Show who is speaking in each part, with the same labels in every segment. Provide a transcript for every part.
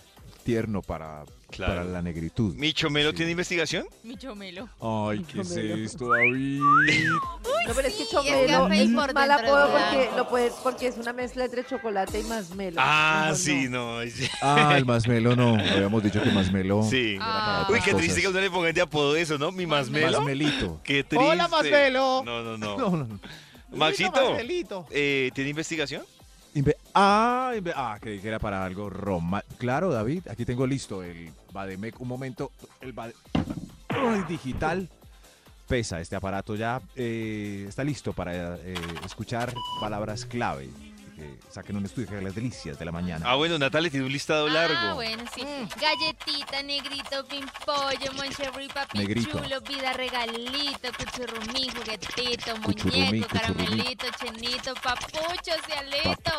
Speaker 1: tierno para,
Speaker 2: Claro.
Speaker 1: para la negritud.
Speaker 2: ¿Mi chomelo
Speaker 1: Sí.
Speaker 2: tiene investigación?
Speaker 3: Mi chomelo.
Speaker 1: Ay, ¿qué es
Speaker 4: Chomelo.
Speaker 1: esto, David?
Speaker 4: No, pero es
Speaker 3: Sí,
Speaker 4: que
Speaker 3: es
Speaker 4: Chomelo
Speaker 3: café y
Speaker 4: es
Speaker 3: por
Speaker 4: mal
Speaker 3: dentro
Speaker 4: apodo
Speaker 3: es blanco.
Speaker 4: porque, lo puede- porque es una mezcla entre chocolate y masmelo.
Speaker 2: Ah,
Speaker 4: Mejor
Speaker 2: sí,
Speaker 4: no.
Speaker 2: no. es-
Speaker 1: Ah, el masmelo no. Habíamos dicho que masmelo.
Speaker 2: Sí.
Speaker 3: Ah.
Speaker 2: Uy, qué
Speaker 1: Otras
Speaker 2: triste que
Speaker 1: cosas.
Speaker 2: no le pongan de apodo eso, ¿no? Mi masmelo.
Speaker 1: Masmelito.
Speaker 2: Qué triste.
Speaker 1: Hola, masmelo.
Speaker 2: No, no,
Speaker 1: No,
Speaker 2: no.
Speaker 1: no, no.
Speaker 2: Maxito, eh, ¿tiene investigación?
Speaker 1: Inve- ah, inve- ah, creí que era para algo romántico. Claro, David, aquí tengo listo el Bademec. Un momento, el Bade- Ay, digital. Pesa este aparato ya. eh, está listo para eh, escuchar palabras clave. Que saquen un estudio que haga las delicias de la mañana.
Speaker 2: Ah, bueno, Natalia tiene un listado largo.
Speaker 3: Ah, bueno, sí. Galletita, negrito, pimpollo, moncherry, papi
Speaker 1: Negrito.
Speaker 3: chulo, vida regalito, cuchurrumí, juguetito,
Speaker 1: Cuchurrumí,
Speaker 3: muñeco,
Speaker 1: cuchurrumí.
Speaker 3: caramelito, chenito, papucho, cialito.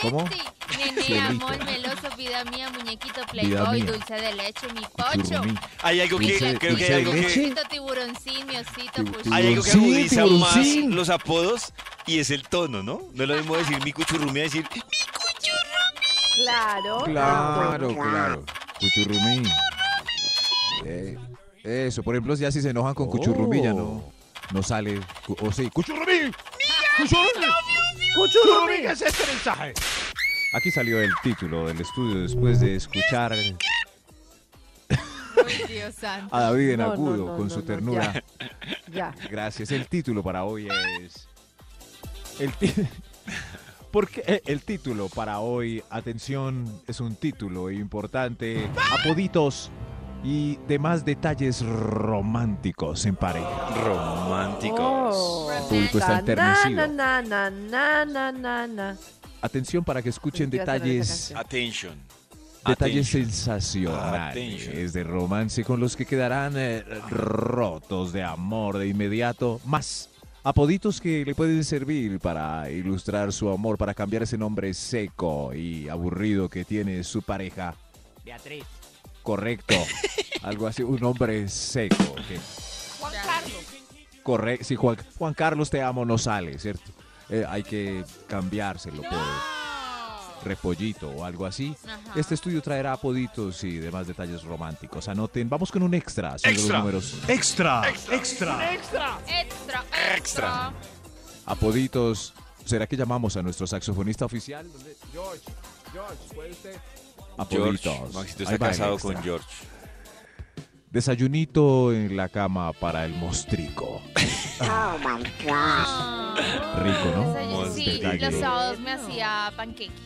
Speaker 1: ¿Cómo?
Speaker 3: Twixi, nene,
Speaker 1: Cielito.
Speaker 3: amor, meloso, vida mía, muñequito,
Speaker 1: Vida
Speaker 3: playboy,
Speaker 1: mía.
Speaker 3: dulce de leche, mi pocho.
Speaker 1: Churrumí.
Speaker 2: Hay algo que, creo
Speaker 1: Dulce-
Speaker 2: que
Speaker 1: dulce
Speaker 2: hay
Speaker 1: de
Speaker 2: algo que,
Speaker 1: leche.
Speaker 3: Tiburoncito, tiburoncín, mi osito,
Speaker 1: Tibu-
Speaker 3: pulsito.
Speaker 2: hay algo que
Speaker 1: Tiburoncín,
Speaker 2: agudiza más
Speaker 1: tiburoncín.
Speaker 2: los apodos y es el tono, ¿no? No es lo mismo decir mi cuchurrumi a decir
Speaker 4: Claro.
Speaker 1: Claro, claro. Cuchurrumí. Eh, eso, por ejemplo, ya si se enojan con cuchurrumí,
Speaker 4: Oh.
Speaker 1: ya no, no sale. cu- O sí, ¡Cuchurrumí! ¡Cuchurrumí!
Speaker 4: Cuchurrumi.
Speaker 1: ¿Qué es este mensaje? Aquí salió el título del estudio después de escuchar
Speaker 3: Ay, Dios santo.
Speaker 1: a David en
Speaker 4: No, no,
Speaker 1: agudo
Speaker 4: no,
Speaker 1: con
Speaker 4: no,
Speaker 1: su
Speaker 4: no,
Speaker 1: ternura.
Speaker 4: Ya.
Speaker 1: Gracias. El título para hoy es. El, ti- ¿Por qué? Eh, el título para hoy, atención, es un título importante. Apoditos y demás detalles románticos en pareja.
Speaker 2: románticos.
Speaker 4: Oh.
Speaker 1: público está enternecido.
Speaker 4: Na, na, na, na, na, na, na.
Speaker 1: Atención para que escuchen
Speaker 4: Estoy atrás de
Speaker 1: detalles,
Speaker 4: esa
Speaker 2: Attention.
Speaker 1: detalles
Speaker 2: Attention.
Speaker 1: sensacionales
Speaker 2: Attention.
Speaker 1: de romance con los que quedarán eh, rotos de amor de inmediato. Más apoditos que le pueden servir para ilustrar su amor, para cambiar ese nombre seco y aburrido que tiene su pareja.
Speaker 5: Beatriz.
Speaker 1: Correcto. Algo así, un hombre seco. que- Correcto. Si Juan, Juan Carlos te amo no sale, ¿cierto? Eh, hay que cambiárselo por repollito o algo así.
Speaker 3: Ajá.
Speaker 1: Este estudio traerá apoditos y demás detalles románticos. Anoten, vamos con un extra. Son
Speaker 2: Extra.
Speaker 1: los números.
Speaker 3: Extra,
Speaker 2: Extra.
Speaker 3: extra.
Speaker 1: Apoditos. ¿Será que llamamos a nuestro saxofonista oficial? George, George, ¿puede usted?
Speaker 2: George.
Speaker 1: Apoditos.
Speaker 2: Maxito
Speaker 1: Ahí
Speaker 2: está
Speaker 1: va el
Speaker 2: casado
Speaker 1: extra.
Speaker 2: con George.
Speaker 1: Desayunito en la cama para el mostrico. Rico, ¿no?
Speaker 3: Desayuno, Sí,
Speaker 1: Detalle.
Speaker 3: los sábados me hacía panqueques.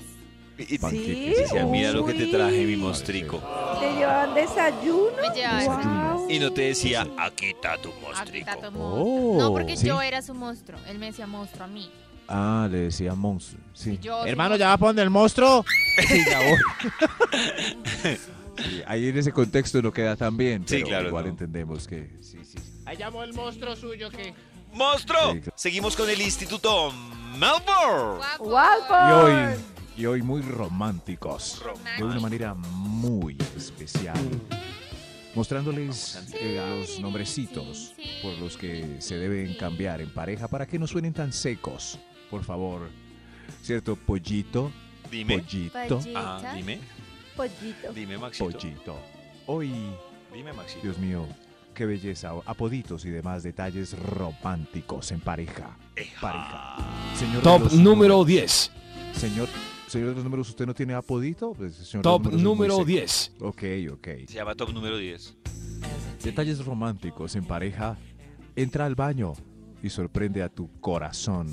Speaker 2: Y- y-
Speaker 1: Panqueques.
Speaker 4: Sí,
Speaker 2: Decía, mira lo que te
Speaker 4: uy.
Speaker 2: traje, mi mostrico.
Speaker 4: ¿Te llevaban desayuno?
Speaker 3: Me llevaba Ah,
Speaker 1: Desayuno.
Speaker 4: Guau.
Speaker 2: Y no te decía, aquí está tu mostrico.
Speaker 3: Tato
Speaker 1: Oh,
Speaker 3: monstruo. no, porque
Speaker 1: ¿sí?
Speaker 3: yo era su monstruo. Él me decía monstruo a mí.
Speaker 1: Ah, le decía monstruo. Sí.
Speaker 3: Y yo-
Speaker 1: va a poner el monstruo. Sí, ya voy. Sí, Ahí en ese contexto no queda tan bien.
Speaker 2: Sí,
Speaker 1: pero
Speaker 2: claro,
Speaker 1: Igual
Speaker 2: no.
Speaker 1: entendemos que. Sí, sí.
Speaker 5: Ahí llamó el monstruo suyo que.
Speaker 2: ¡Monstruo!
Speaker 1: Sí, claro.
Speaker 2: Seguimos con el Instituto Melbourne.
Speaker 4: Guapo.
Speaker 1: Y hoy, y hoy muy románticos. De una
Speaker 3: Romántico.
Speaker 1: manera muy especial. Mostrándoles eh, los nombrecitos por los que se deben cambiar en pareja para que no suenen tan secos. Por favor. ¿Cierto? Pollito,
Speaker 2: Dime.
Speaker 1: Pollito.
Speaker 2: Ah, dime.
Speaker 4: Pollito.
Speaker 2: Dime, Maxito.
Speaker 1: Pollito. Hoy,
Speaker 2: Dime, Maxito.
Speaker 1: Dios mío, qué belleza. Apoditos y demás detalles románticos en pareja. Pareja. Señor de
Speaker 6: Top
Speaker 1: los
Speaker 6: número
Speaker 1: números.
Speaker 6: 10.
Speaker 1: Señor, señor de los números, ¿usted no tiene apodito? Pues, señor de los
Speaker 6: Top
Speaker 1: números es muy
Speaker 6: número
Speaker 1: seco.
Speaker 6: 10.
Speaker 1: Ok, ok.
Speaker 2: Se llama top número 10.
Speaker 1: Detalles románticos en pareja. Entra al baño y sorprende a tu corazón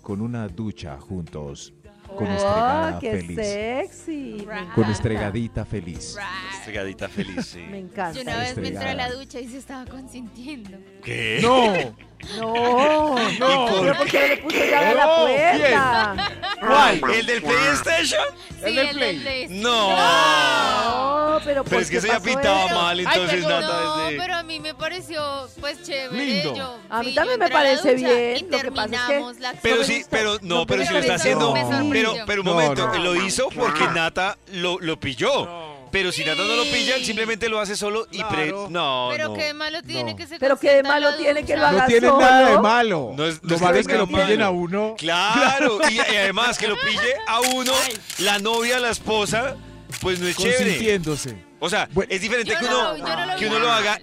Speaker 1: con una ducha juntos. Con
Speaker 4: Oh,
Speaker 1: estregada
Speaker 4: qué
Speaker 1: feliz.
Speaker 4: sexy. me
Speaker 3: Con
Speaker 1: Con
Speaker 4: encanta.
Speaker 1: estregadita feliz.
Speaker 3: Right.
Speaker 2: Estregadita feliz, sí.
Speaker 4: Me encanta.
Speaker 3: Yo una vez me entré a la
Speaker 1: Estregada.
Speaker 3: ducha y se estaba consintiendo.
Speaker 2: ¿Qué?
Speaker 6: No.
Speaker 4: No, no,
Speaker 2: por
Speaker 4: pero ¿por qué le puso llave a la
Speaker 2: Oh,
Speaker 6: No,
Speaker 4: puerta?
Speaker 2: ¿Cuál? ¿El del PlayStation?
Speaker 3: Sí, el del PlayStation.
Speaker 2: No.
Speaker 4: No, Oh, pero ¿por
Speaker 2: Pero es
Speaker 4: qué
Speaker 2: que se había
Speaker 4: pasó
Speaker 2: pintado
Speaker 4: eso?
Speaker 2: mal, entonces
Speaker 3: pero,
Speaker 2: Nata
Speaker 3: no,
Speaker 2: desde-
Speaker 3: pero a mí me pareció pues chévere.
Speaker 6: Lindo.
Speaker 3: Yo,
Speaker 4: A mí
Speaker 3: sí,
Speaker 4: también
Speaker 3: yo
Speaker 4: me
Speaker 3: entré a la ducha
Speaker 4: parece bien,
Speaker 3: Y
Speaker 4: lo que pasa es que-
Speaker 3: terminamos la
Speaker 2: Pero
Speaker 4: me
Speaker 2: sí,
Speaker 4: gusta.
Speaker 2: pero no, pero
Speaker 4: No, pero
Speaker 2: si lo
Speaker 4: me
Speaker 2: está haciendo.
Speaker 1: sorprendió, me
Speaker 2: Pero,
Speaker 3: sorprendió.
Speaker 2: pero un
Speaker 1: No,
Speaker 2: momento,
Speaker 1: no.
Speaker 2: lo hizo porque Nata lo, lo pilló. Pero si Nata no lo pillan, simplemente lo hace solo y pre.
Speaker 1: Claro.
Speaker 2: No,
Speaker 3: Pero
Speaker 2: no.
Speaker 3: qué de malo tiene
Speaker 1: no.
Speaker 3: que se
Speaker 4: Pero qué de
Speaker 3: consienta
Speaker 4: malo
Speaker 3: la
Speaker 4: tiene que
Speaker 3: ducha.
Speaker 4: lo haga
Speaker 1: No tiene
Speaker 4: solo.
Speaker 1: nada de malo.
Speaker 2: No es- no
Speaker 1: lo
Speaker 2: es
Speaker 1: malo
Speaker 2: que
Speaker 1: es que lo
Speaker 2: tenga
Speaker 1: pillen
Speaker 2: malo.
Speaker 1: a uno.
Speaker 2: Claro, y, y además que lo pille a uno, la novia, la esposa, pues no es chévere.
Speaker 1: Consintiéndose.
Speaker 2: O sea,
Speaker 1: Bueno.
Speaker 2: es diferente
Speaker 3: Yo
Speaker 2: que
Speaker 3: no,
Speaker 2: uno,
Speaker 3: yo no lo
Speaker 2: que
Speaker 3: vi.
Speaker 2: uno lo haga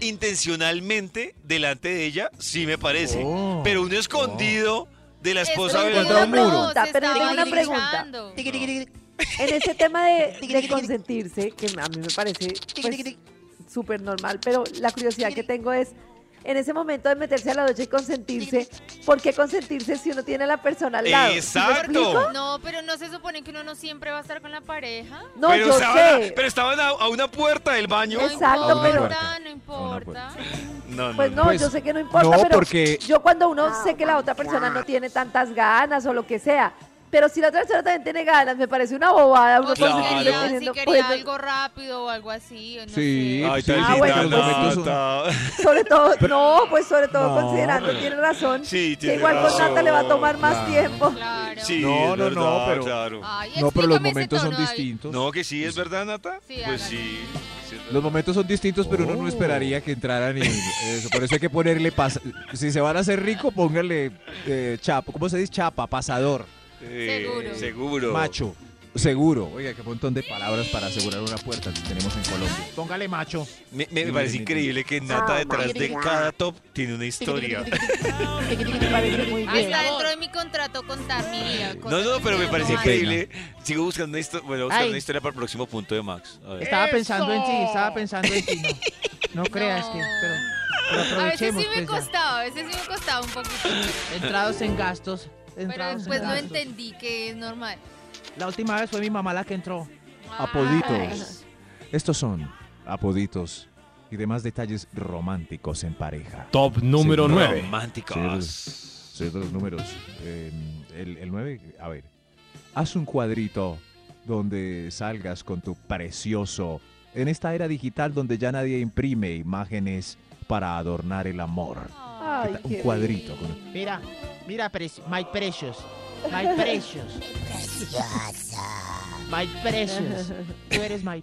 Speaker 2: intencionalmente delante de ella, sí me parece.
Speaker 1: Oh.
Speaker 2: Pero uno escondido de la esposa.
Speaker 3: Escondido,
Speaker 1: Contra un
Speaker 3: no,
Speaker 1: muro.
Speaker 3: se
Speaker 4: Pero
Speaker 3: estaba
Speaker 4: tengo una pregunta.
Speaker 3: duchando.
Speaker 4: En ese tema de, de consentirse, que a mí me parece pues, súper normal, pero la curiosidad que tengo es, en ese momento de meterse a la ducha y consentirse, ¿por qué consentirse si uno tiene a la persona al lado? ¿Sí me
Speaker 2: Exacto.
Speaker 4: explico?
Speaker 3: No, pero no se supone que uno no siempre va a estar con la pareja.
Speaker 4: No,
Speaker 2: pero,
Speaker 4: yo
Speaker 2: estaban
Speaker 4: sé.
Speaker 2: A, pero estaban a, a una puerta del baño.
Speaker 3: No
Speaker 4: Exacto,
Speaker 3: importa,
Speaker 1: pero-
Speaker 3: no
Speaker 1: una
Speaker 3: importa.
Speaker 1: puerta.
Speaker 2: No, no,
Speaker 4: Pues
Speaker 2: no.
Speaker 4: no,
Speaker 1: Pues,
Speaker 4: yo sé que no importa,
Speaker 1: no,
Speaker 4: pero
Speaker 1: porque-
Speaker 4: yo cuando uno
Speaker 3: Ah,
Speaker 4: sé que la otra persona no tiene tantas ganas o lo que sea, pero si la otra persona también tiene ganas, me parece una bobada uno
Speaker 3: O si
Speaker 2: Claro.
Speaker 4: consentirse pues,
Speaker 3: quería, si
Speaker 4: teniendo-
Speaker 3: quería
Speaker 4: pudiendo-
Speaker 3: algo rápido o algo así, o no
Speaker 1: Sí.
Speaker 3: sé.
Speaker 2: Ay,
Speaker 1: sí,
Speaker 2: tan
Speaker 4: sí,
Speaker 2: linda
Speaker 4: bueno, pues sí.
Speaker 2: Nata.
Speaker 4: Sobre todo, no, pues sobre todo
Speaker 1: No,
Speaker 4: considerando,
Speaker 1: pero-
Speaker 4: tiene razón.
Speaker 2: Sí,
Speaker 4: que
Speaker 2: tiene
Speaker 4: igual con
Speaker 2: razón.
Speaker 4: Nata le va a tomar más
Speaker 1: Claro.
Speaker 4: tiempo.
Speaker 3: Claro. Ah.
Speaker 2: Sí,
Speaker 1: No,
Speaker 2: es
Speaker 1: no, no,
Speaker 2: verdad,
Speaker 1: pero-
Speaker 2: Claro.
Speaker 3: Ay,
Speaker 1: No, pero los
Speaker 3: explícame ese
Speaker 1: momentos son
Speaker 3: tono, David.
Speaker 1: distintos.
Speaker 2: No, que sí, es verdad, Nata.
Speaker 3: Sí, hágalo.
Speaker 2: pues sí. sí, es verdad.
Speaker 1: Los momentos son distintos, pero uno no esperaría que entraran y eso. Por eso hay que ponerle pas si se van a hacer rico, pónganle eh, chapa, ¿cómo se dice? Chapa, pasador,
Speaker 2: Eh,
Speaker 3: Seguro.
Speaker 2: Seguro.
Speaker 1: macho, seguro. Oiga, qué montón de palabras para asegurar una puerta que tenemos en Colombia. Póngale macho.
Speaker 2: Me, me parece increíble
Speaker 3: Ah,
Speaker 2: que Nata detrás de cada top tiene una historia.
Speaker 4: Me parece muy
Speaker 3: Ah,
Speaker 4: bien.
Speaker 3: Está dentro de mi contrato contar mi vida.
Speaker 2: No,
Speaker 3: cosas
Speaker 2: no,
Speaker 3: que
Speaker 2: pero me
Speaker 3: yo
Speaker 2: parece
Speaker 3: no hago.
Speaker 2: increíble. Sigo buscando una historia. Bueno, voy a buscar
Speaker 7: Ay.
Speaker 2: una historia para el próximo punto de Max. A ver.
Speaker 7: Estaba pensando en ti,
Speaker 5: ¡Eso!
Speaker 7: estaba pensando en ti. No, no creas que, pero,
Speaker 3: A
Speaker 7: pero
Speaker 3: veces
Speaker 7: aprovechemos.
Speaker 3: sí me
Speaker 7: pues, ya.
Speaker 3: costaba, a veces sí me costaba un poquito.
Speaker 7: entrados en gastos.
Speaker 3: Pero
Speaker 7: Entrados
Speaker 3: después
Speaker 7: en
Speaker 3: lo
Speaker 7: gastos.
Speaker 3: entendí que es normal.
Speaker 7: La última vez fue mi mamá la que entró.
Speaker 1: Apoditos. Estos son apoditos y demás detalles románticos en pareja.
Speaker 6: Top número
Speaker 1: Sí,
Speaker 2: eh.
Speaker 6: 9.
Speaker 2: Románticas.
Speaker 1: Soy de los números. Eh, el, 9, a ver. Haz un cuadrito donde salgas con tu precioso. En esta era digital donde ya nadie imprime imágenes para adornar el amor.
Speaker 3: Ay,
Speaker 4: Ay,
Speaker 1: un
Speaker 4: qué
Speaker 1: cuadrito. con-
Speaker 7: Mira, mira, preci- my precious. My precious. my precious. Tú eres my.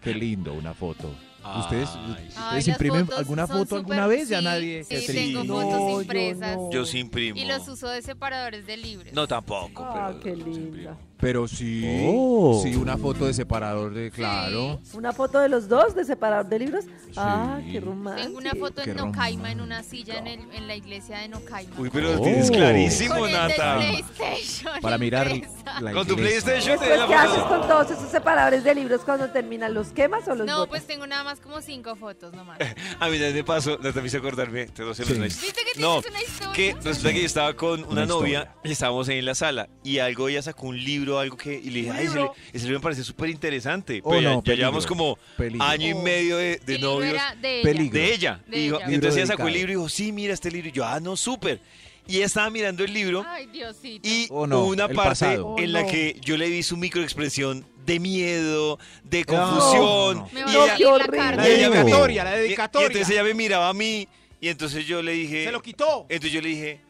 Speaker 1: Qué lindo una foto. ¿Ustedes,
Speaker 2: Ay, sí.
Speaker 3: Ay,
Speaker 1: ¿ustedes
Speaker 3: las
Speaker 1: imprimen
Speaker 3: fotos
Speaker 1: alguna
Speaker 3: son
Speaker 1: foto alguna
Speaker 3: súper-
Speaker 1: vez? ya
Speaker 3: sí,
Speaker 1: nadie.
Speaker 3: Sí,
Speaker 2: Qué
Speaker 3: tengo
Speaker 2: triste.
Speaker 3: fotos
Speaker 4: No, yo
Speaker 3: impresas.
Speaker 4: no.
Speaker 2: Yo sí imprimo.
Speaker 3: Y los uso de separadores de libros.
Speaker 2: No tampoco,
Speaker 4: Ah,
Speaker 2: pero
Speaker 4: qué
Speaker 2: los imprimo.
Speaker 4: lindo.
Speaker 1: Pero sí.
Speaker 6: Oh.
Speaker 1: Sí, una foto de separador de claro.
Speaker 4: Una foto de los dos de separador de libros. Ah, qué romántico.
Speaker 3: Tengo una foto
Speaker 1: qué
Speaker 3: en Nocaima, en una silla en, el- en la iglesia de Nocaima.
Speaker 2: Uy, pero lo
Speaker 1: Oh.
Speaker 2: tienes clarísimo,
Speaker 3: con el del
Speaker 2: Nata.
Speaker 3: PlayStation.
Speaker 1: Para mirar
Speaker 3: impresa.
Speaker 1: la
Speaker 2: Con tu
Speaker 1: iglesia.
Speaker 2: PlayStation te
Speaker 4: Pues,
Speaker 2: da
Speaker 4: ¿Qué
Speaker 2: la
Speaker 4: haces
Speaker 2: foto.
Speaker 4: con todos esos separadores de libros cuando terminan? ¿Los quemas o los
Speaker 3: No,
Speaker 4: botas?
Speaker 3: pues tengo nada más como cinco fotos nomás.
Speaker 2: A mí de paso, Nata me hizo acordarme. Te lo sé,
Speaker 1: Sí.
Speaker 2: no es-
Speaker 3: ¿Viste que tienes
Speaker 2: No,
Speaker 3: una historia?
Speaker 2: que resulta que yo estaba con una,
Speaker 1: Una
Speaker 2: novia
Speaker 1: historia.
Speaker 2: y estábamos ahí en la sala y algo ella sacó un libro algo que y le dije ay ese, li- ese libro me parece súper interesante
Speaker 1: Oh,
Speaker 2: pero ya,
Speaker 1: no,
Speaker 2: ya
Speaker 1: peligro.
Speaker 2: llevamos como
Speaker 1: Peligro.
Speaker 2: año y medio de, de
Speaker 3: El libro
Speaker 2: novios
Speaker 3: era de ella.
Speaker 1: Peligro.
Speaker 2: de ella
Speaker 3: De
Speaker 2: Y dijo-
Speaker 3: ella.
Speaker 1: Libro
Speaker 2: entonces ella sacó el
Speaker 1: dedicado.
Speaker 2: libro y dijo sí mira este libro y yo ah no súper y ella estaba mirando el libro
Speaker 3: Ay, Diosito.
Speaker 2: y
Speaker 1: Oh, no,
Speaker 2: una
Speaker 1: el
Speaker 2: parte
Speaker 1: pasado.
Speaker 4: Oh,
Speaker 2: en la
Speaker 4: no.
Speaker 2: que yo le vi su microexpresión de miedo de
Speaker 1: No,
Speaker 2: confusión
Speaker 1: no,
Speaker 3: Me
Speaker 2: y
Speaker 3: va
Speaker 2: ella-
Speaker 4: No,
Speaker 3: a salir la
Speaker 4: horrible.
Speaker 3: carta.
Speaker 1: La dedicatoria,
Speaker 2: la dedicatoria. Y, entonces ella me miraba a mí y entonces yo le dije... Se lo quitó. Entonces yo le dije,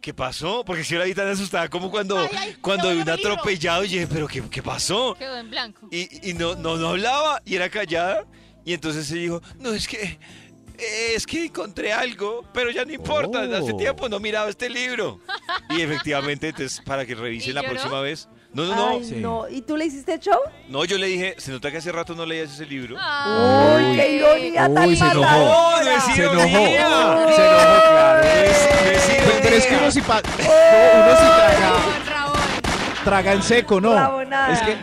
Speaker 2: ¿qué pasó? Porque si yo la vi tan asustada como cuando, cuando de un atropellado y dije, ¿pero qué, qué pasó?
Speaker 3: Quedó en blanco.
Speaker 2: Y, y no, no, no hablaba y era callada. Y entonces se dijo, no, es que... Es que encontré algo, pero ya no importa,
Speaker 1: Oh.
Speaker 2: hace tiempo no miraba este libro. Y efectivamente, entonces, para que revisen
Speaker 3: ¿Y
Speaker 2: la
Speaker 3: lloró?
Speaker 2: próxima vez. No, no, no.
Speaker 4: Ay,
Speaker 1: Sí.
Speaker 4: no. ¿Y tú le hiciste show?
Speaker 2: No, yo le dije, se nota que hace rato no leías ese libro.
Speaker 3: Ah.
Speaker 4: Uy, qué ironía tan
Speaker 1: Uy, se enojó.
Speaker 4: matadora.
Speaker 2: No, no es
Speaker 1: Se enojó.
Speaker 2: ironía.
Speaker 1: Se enojó,
Speaker 4: Uy.
Speaker 1: claro.
Speaker 2: es ironía.
Speaker 1: ¡Eh! Pero es que uno sí, ¡Eh! pa- no, uno sí traga,
Speaker 3: Rabón, Rabón.
Speaker 1: traga en seco, ¿no?
Speaker 4: Rabonada.
Speaker 1: Es que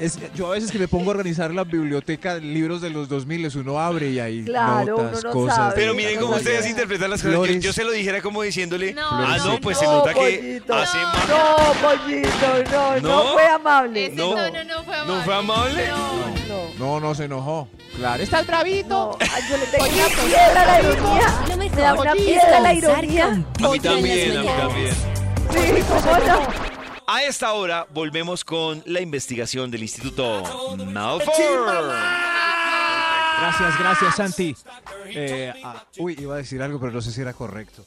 Speaker 1: es, yo a veces que me pongo a organizar la biblioteca de libros de los 2000, uno abre y hay
Speaker 4: Claro, uno
Speaker 1: notas,
Speaker 4: no
Speaker 1: cosas.
Speaker 4: sabe.
Speaker 2: Pero
Speaker 1: de-
Speaker 2: miren cómo
Speaker 4: No,
Speaker 2: ustedes
Speaker 4: no.
Speaker 2: interpretan las cosas. Yo,
Speaker 1: Flores.
Speaker 2: yo se lo dijera como diciéndole,
Speaker 3: No,
Speaker 2: ah,
Speaker 1: no,
Speaker 2: no, pues se
Speaker 4: no,
Speaker 2: nota que
Speaker 4: pollito.
Speaker 2: hace
Speaker 3: No.
Speaker 2: más.
Speaker 4: No, pollito, no, no,
Speaker 2: No.
Speaker 4: fue amable.
Speaker 3: Ese
Speaker 2: No.
Speaker 3: no. tono no fue amable.
Speaker 2: ¿No fue amable?
Speaker 3: No.
Speaker 4: No,
Speaker 1: No, no, se enojó. Claro,
Speaker 7: ¿Estás bravito?
Speaker 4: no. Ay, yo le tengo una piedra a la ironía.
Speaker 8: Lo
Speaker 4: Me da
Speaker 8: mejor
Speaker 4: una
Speaker 8: es
Speaker 4: piedra a la
Speaker 8: comenzar
Speaker 4: ironía.
Speaker 8: con Vibra
Speaker 2: A
Speaker 8: en
Speaker 2: mí
Speaker 8: las
Speaker 2: también, a mí
Speaker 8: mañanas.
Speaker 2: también.
Speaker 4: Sí, ¿cómo no?
Speaker 2: A esta hora volvemos con la investigación del Instituto Malfoy.
Speaker 1: Gracias, gracias, Santi. Eh, ah, uy, iba a decir algo, pero no sé si era correcto.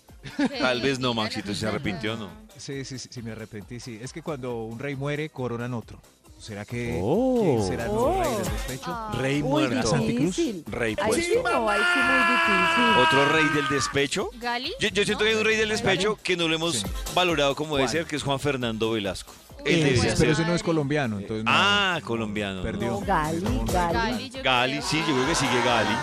Speaker 2: Tal vez no, Maxito, si se arrepintió no.
Speaker 1: Sí, sí, sí, sí, me arrepentí, sí. Es que cuando un rey muere, coronan otro. ¿Será que
Speaker 6: Oh.
Speaker 1: quién será el nuevo rey
Speaker 4: Oh.
Speaker 1: del despecho?
Speaker 4: Ah.
Speaker 3: Ah,
Speaker 2: Rey
Speaker 4: Muy
Speaker 2: muerto.
Speaker 4: difícil.
Speaker 2: Rey
Speaker 4: Ahí sí
Speaker 2: puesto.
Speaker 4: no, ahí sí muy difícil.
Speaker 2: ¿Otro rey del despecho?
Speaker 3: ¿Gali?
Speaker 2: Yo, yo siento
Speaker 3: No.
Speaker 2: que hay un rey del despecho que no lo hemos
Speaker 1: Sí.
Speaker 2: valorado como debe ser, que es Juan Fernando Velasco. Él
Speaker 7: Sí,
Speaker 2: debería
Speaker 7: pues,
Speaker 1: Eh, Pero
Speaker 2: ser.
Speaker 1: ese no es colombiano, entonces no.
Speaker 2: Ah, colombiano.
Speaker 1: Perdió.
Speaker 4: No, Gali,
Speaker 3: Gali,
Speaker 4: Gali.
Speaker 3: yo
Speaker 2: Gali,
Speaker 3: creo.
Speaker 2: sí, yo creo que sigue Gali.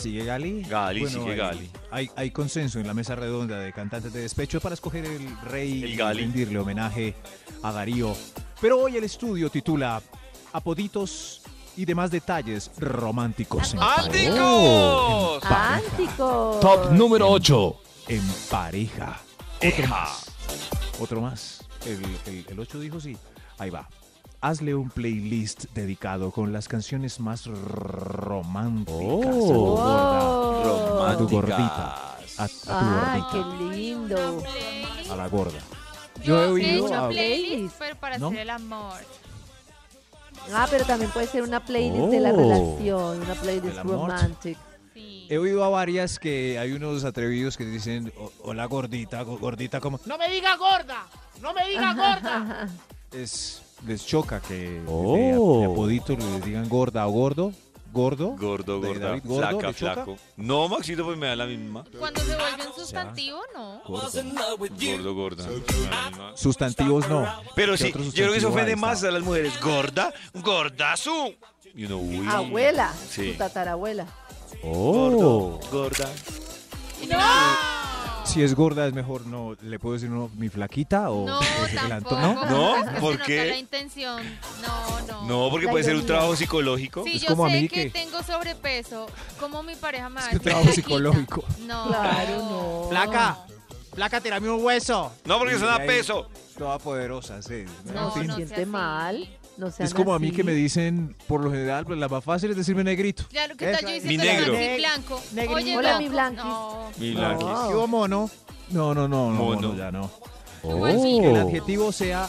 Speaker 1: ¿Sigue Gali?
Speaker 2: Gali, sigue
Speaker 1: hay-
Speaker 2: Gali.
Speaker 1: Hay, hay consenso en la mesa redonda de cantantes de despecho para escoger el rey
Speaker 2: El
Speaker 1: y
Speaker 2: Gali.
Speaker 1: rendirle homenaje a Darío. Pero hoy el estudio titula Apoditos y demás detalles románticos en, pare-
Speaker 2: ¡Anticos!
Speaker 4: Antico.
Speaker 6: Top número 8.
Speaker 1: en pareja. Otro más. Otro más. El, el, 8 dijo sí. Ahí va. Hazle un playlist dedicado con las canciones más r- románticas. a tu
Speaker 6: Oh.
Speaker 1: gorda, a tu
Speaker 2: Románticas.
Speaker 1: gordita. A, a tu
Speaker 4: Ay,
Speaker 1: gordita.
Speaker 4: qué lindo.
Speaker 3: Una playlist.
Speaker 2: Ah,
Speaker 1: a la gorda.
Speaker 3: Yo
Speaker 1: Yo he
Speaker 3: he
Speaker 1: oído
Speaker 3: una
Speaker 1: a-
Speaker 3: playlist, pero para
Speaker 1: ¿No?
Speaker 3: hacer el amor.
Speaker 4: Ah, pero también puede ser una playlist de la
Speaker 6: Oh.
Speaker 4: relación, una playlist
Speaker 1: Del amor.
Speaker 4: romantic.
Speaker 2: Eh,
Speaker 3: Sí.
Speaker 1: He oído a varias que hay unos atrevidos que dicen, "O- hola gordita, go- gordita, como
Speaker 5: No me diga gorda. No me diga gorda.
Speaker 1: es les choca que
Speaker 6: Oh.
Speaker 1: de, de apodito les digan gorda o gordo, gordo.
Speaker 2: Gordo,
Speaker 1: De
Speaker 2: gorda,
Speaker 1: David Gordo,
Speaker 2: flaca,
Speaker 1: ¿le choca?
Speaker 2: flaco. No, Maxito, pues me da la misma.
Speaker 3: Cuando se vuelve un sustantivo, no.
Speaker 2: Gordo, gorda.
Speaker 1: Sustantivos no.
Speaker 2: Pero
Speaker 1: ¿Qué
Speaker 2: sí,
Speaker 1: otro
Speaker 2: yo creo que eso
Speaker 1: sustantivo
Speaker 2: ofende
Speaker 1: hay?
Speaker 2: más a
Speaker 1: Estaba-
Speaker 2: las mujeres. Gorda, gordazo. Y uno, uy.
Speaker 4: Abuela,
Speaker 2: Sí.
Speaker 4: tu tatarabuela.
Speaker 2: Gordo,
Speaker 6: Oh.
Speaker 2: gorda.
Speaker 1: Si es gorda es mejor, no, le puedo decir no, mi flaquita o
Speaker 3: No,
Speaker 1: o se la
Speaker 3: tampoco.
Speaker 1: anto-
Speaker 3: porque
Speaker 1: ¿no?
Speaker 2: ¿No?
Speaker 3: es que se
Speaker 2: ¿Por
Speaker 3: nota
Speaker 2: qué?
Speaker 3: La intención. No, no.
Speaker 2: No, porque puede ser un trabajo psicológico.
Speaker 3: Si
Speaker 1: es
Speaker 3: yo
Speaker 1: como a
Speaker 3: sé
Speaker 1: mí
Speaker 3: que
Speaker 1: que-
Speaker 3: tengo sobrepeso, ¿cómo mi pareja me va a
Speaker 1: que
Speaker 3: decir
Speaker 1: trabajo
Speaker 3: flaquita?
Speaker 1: psicológico.
Speaker 3: No.
Speaker 4: Claro, no.
Speaker 7: Placa, placa, tirame un hueso.
Speaker 2: No, porque son
Speaker 1: Y
Speaker 2: a
Speaker 1: ahí-
Speaker 2: peso.
Speaker 1: Toda poderosa, sí.
Speaker 3: No,
Speaker 1: En fin.
Speaker 4: se
Speaker 3: no sea
Speaker 4: siente
Speaker 3: así.
Speaker 4: mal. No sean
Speaker 1: Es como a mí
Speaker 4: así.
Speaker 1: que me dicen, por lo general, pues, la más fácil es decirme negrito.
Speaker 3: Ya lo que tal yo
Speaker 7: Mi
Speaker 3: diciendo
Speaker 2: negro.
Speaker 3: así, blanco.
Speaker 7: Negro.
Speaker 3: Oye,
Speaker 4: Hola, mi
Speaker 3: blanco.
Speaker 4: blanquis.
Speaker 3: No.
Speaker 2: Milagro.
Speaker 4: No.
Speaker 7: Yo mono.
Speaker 1: No, no, no, no,
Speaker 2: Mono.
Speaker 1: mono, ya no.
Speaker 3: Juancito.
Speaker 1: que el
Speaker 6: Oh.
Speaker 1: adjetivo sea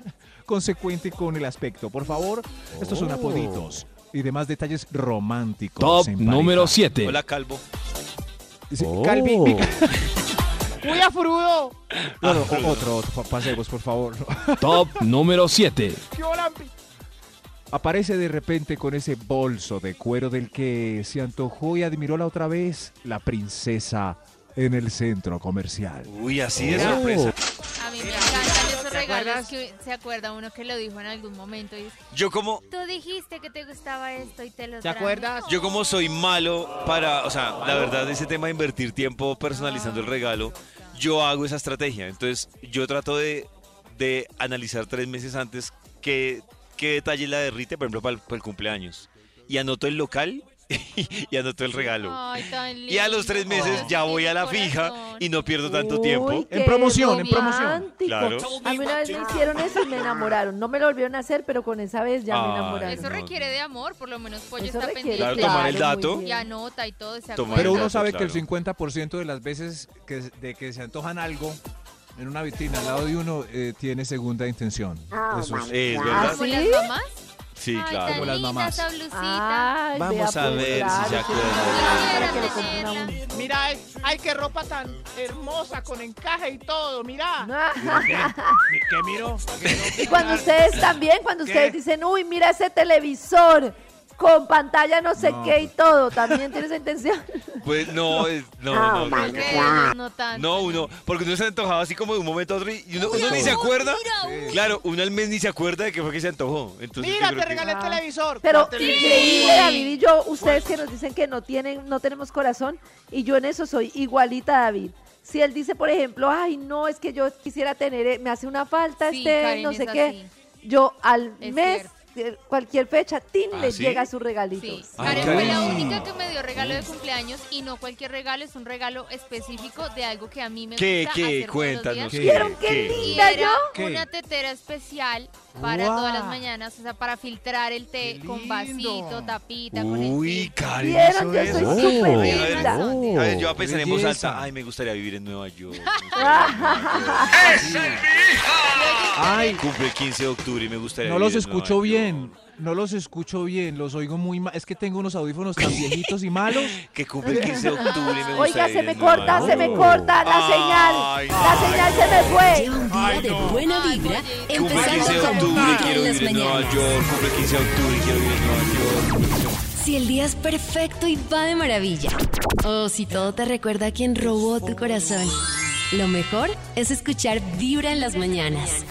Speaker 1: consecuente con el aspecto. Por favor, estos son
Speaker 6: Oh.
Speaker 1: apoditos y demás detalles románticos.
Speaker 6: Top
Speaker 1: en pareja.
Speaker 6: número 7.
Speaker 2: Hola, calvo.
Speaker 1: Dice,
Speaker 6: Oh.
Speaker 1: Calvi,
Speaker 7: Uy, afrudo.
Speaker 1: Bueno, o- otro, otro, pa- pasemos, por favor.
Speaker 6: Top número 7.
Speaker 7: ¿Qué olampi?
Speaker 1: Aparece de repente con ese bolso de cuero del que se antojó y admiró la otra vez la princesa en el centro comercial.
Speaker 2: Uy, así de sorpresa.
Speaker 3: A mí me encantan esos regalos
Speaker 7: acuerdas?
Speaker 3: que se acuerda uno que lo dijo en algún momento. Y es,
Speaker 2: Yo como,
Speaker 3: Tú dijiste que te gustaba esto y te lo
Speaker 7: ¿Te
Speaker 3: traje".
Speaker 7: acuerdas?
Speaker 2: yo como soy malo para, o sea, la verdad, ese tema de invertir tiempo personalizando el regalo, yo hago esa estrategia. Entonces, yo trato de, de analizar tres meses antes qué, qué detalle la derrite, por ejemplo, para el, para el cumpleaños. Y anoto el local y anoto el
Speaker 4: Ah,
Speaker 2: regalo.
Speaker 3: Ay, tan
Speaker 2: Y a los tres
Speaker 3: lindo.
Speaker 2: meses ya voy a la
Speaker 3: Corazón.
Speaker 2: fija y no pierdo tanto
Speaker 4: Uy,
Speaker 2: tiempo.
Speaker 4: qué
Speaker 1: promoción,
Speaker 3: en promoción.
Speaker 4: romántico.
Speaker 2: Claro.
Speaker 4: A mí una vez me hicieron eso y me enamoraron. No me lo volvieron a hacer, pero con esa vez ya
Speaker 2: Ay,
Speaker 4: me enamoraron.
Speaker 3: Eso requiere de amor, por lo menos Pollo
Speaker 4: Eso
Speaker 3: está
Speaker 4: requiere,
Speaker 3: pendiente.
Speaker 2: Claro, tomar el
Speaker 4: claro,
Speaker 2: dato.
Speaker 4: muy
Speaker 3: Y
Speaker 4: bien.
Speaker 3: anota y todo, se
Speaker 2: Tomar
Speaker 3: acuerda.
Speaker 1: Pero
Speaker 2: Exacto,
Speaker 1: uno sabe
Speaker 2: claro.
Speaker 1: que el 50% de las veces que, de que se antojan algo en una vitrina al lado de uno eh, tiene segunda intención. Eso es-
Speaker 2: Es
Speaker 4: Ah,
Speaker 2: verdad.
Speaker 3: ¿Como
Speaker 4: ¿sí?
Speaker 3: las mamás?
Speaker 2: Sí,
Speaker 3: Ay,
Speaker 2: claro.
Speaker 3: tan
Speaker 1: Como las
Speaker 3: linda
Speaker 1: mamás.
Speaker 3: esa blusita.
Speaker 4: Ay,
Speaker 2: Vamos
Speaker 4: vea,
Speaker 2: a
Speaker 4: pues,
Speaker 2: ver si
Speaker 4: claro,
Speaker 2: se
Speaker 4: sí,
Speaker 2: acuerda.
Speaker 4: para que le compren a uno.
Speaker 7: Mira, ay, ay, qué ropa tan hermosa, con encaje y todo, mira. ¿Qué miro?
Speaker 4: Y cuando ustedes también, cuando ustedes dicen, uy, mira ese televisor, con pantalla no sé
Speaker 1: No,
Speaker 4: qué y todo. ¿También tienes esa intención?
Speaker 2: Pues no, es- no,
Speaker 4: Ah,
Speaker 2: no, no,
Speaker 4: my
Speaker 2: no.
Speaker 3: Pero no tanto.
Speaker 2: No, uno, porque uno se antojaba así como de un momento a otro y uno, uno ni se
Speaker 3: amor,
Speaker 2: acuerda.
Speaker 3: mira,
Speaker 2: Claro, uno al mes ni se acuerda de que fue que se antojó. Entonces yo
Speaker 7: Mira,
Speaker 2: creo
Speaker 7: te
Speaker 2: que-
Speaker 7: regalé el
Speaker 3: Ah,
Speaker 7: televisor.
Speaker 4: Pero
Speaker 7: Cuatro
Speaker 4: increíble, David y yo, ustedes que nos dicen que no tienen, no tenemos corazón, y yo en eso soy igualita a David. Si él dice, por ejemplo, ay, no, es que yo quisiera tener, eh, me hace una falta
Speaker 3: Sí,
Speaker 4: este,
Speaker 3: Karen,
Speaker 4: no
Speaker 3: es
Speaker 4: sé qué.
Speaker 3: así.
Speaker 4: Yo al
Speaker 3: Es
Speaker 4: mes, eh, cualquier fecha, Tim
Speaker 2: ¿Ah,
Speaker 4: le
Speaker 2: sí?
Speaker 4: llega su regalito.
Speaker 3: Sí.
Speaker 2: Ah,
Speaker 3: Karen
Speaker 2: Karen.
Speaker 3: fue la única que me dio regalo de cumpleaños y no cualquier regalo, es un regalo específico de algo que a mí me
Speaker 2: ¿Qué,
Speaker 3: gusta
Speaker 2: qué?
Speaker 3: hacer todos los
Speaker 2: Cuéntanos.
Speaker 3: días.
Speaker 2: ¿qué?
Speaker 4: ¿Vieron qué
Speaker 2: ¿Qué?
Speaker 3: Y
Speaker 4: linda
Speaker 3: era
Speaker 4: yo?
Speaker 1: ¿Qué?
Speaker 3: una tetera especial para
Speaker 1: ¡Guau!
Speaker 3: todas las mañanas, o sea, para filtrar el té
Speaker 1: ¡Qué
Speaker 3: con
Speaker 1: lindo!
Speaker 3: vasito, tapita, con el
Speaker 2: Uy,
Speaker 3: filtro.
Speaker 2: Karen. hizo
Speaker 4: ¿Vieron? Yo soy
Speaker 2: eso.
Speaker 6: Oh.
Speaker 4: súper
Speaker 2: Oye, no eres-
Speaker 4: linda.
Speaker 2: A ver, yo a pensar en voz
Speaker 1: Belleza.
Speaker 2: alta. Ay, me gustaría vivir en Nueva York.
Speaker 4: Ah.
Speaker 1: Ay,
Speaker 2: Cumple el 15 de octubre y me gustaría
Speaker 1: no
Speaker 2: vivir
Speaker 1: los
Speaker 2: en Nueva
Speaker 1: escucho
Speaker 2: York.
Speaker 1: bien. No los escucho bien, los oigo muy mal. Es que tengo unos audífonos tan viejitos y malos.
Speaker 2: Que cumple el 15 de octubre y me gustaría
Speaker 4: Oiga, se
Speaker 2: vivir
Speaker 4: me
Speaker 2: en Nueva
Speaker 4: corta,
Speaker 2: York.
Speaker 4: se me corta la
Speaker 2: Oh. Ay,
Speaker 4: señal. La señal se me fue.
Speaker 8: Lleva un día de buena
Speaker 3: Ay,
Speaker 8: vibra,
Speaker 3: oye.
Speaker 2: Cumple el 15 de
Speaker 8: empezando con
Speaker 2: octubre y
Speaker 8: Vibra
Speaker 2: quiero
Speaker 8: en las
Speaker 2: vivir en Nueva
Speaker 8: mañanas.
Speaker 2: York. Cumple el 15 de octubre y quiero vivir en Nueva York.
Speaker 8: Si el día es perfecto y va de maravilla. O si todo te recuerda a quien robó tu corazón. Lo mejor es escuchar Vibra en las mañanas.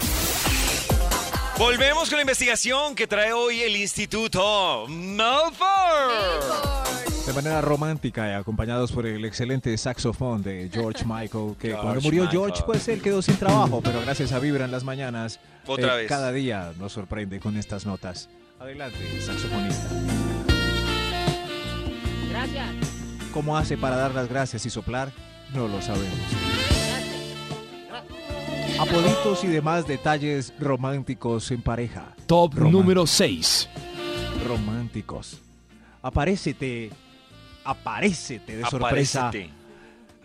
Speaker 2: Volvemos con la investigación que trae hoy el Instituto Melford.
Speaker 1: De manera romántica, y acompañados por el excelente saxofón de George Michael, que
Speaker 2: George
Speaker 1: cuando murió
Speaker 2: Michael.
Speaker 1: George, pues él quedó sin trabajo, pero gracias a Vibra en las mañanas, eh,
Speaker 2: Otra vez.
Speaker 1: cada día nos sorprende con estas notas. Adelante, saxofonista.
Speaker 5: Gracias.
Speaker 1: ¿Cómo hace para dar las gracias y soplar? No lo sabemos. Apoditos y demás detalles románticos en pareja.
Speaker 6: Top
Speaker 1: Romántico.
Speaker 6: número 6.
Speaker 1: Románticos. Aparécete, aparécete de sorpresa.
Speaker 2: Aparécete.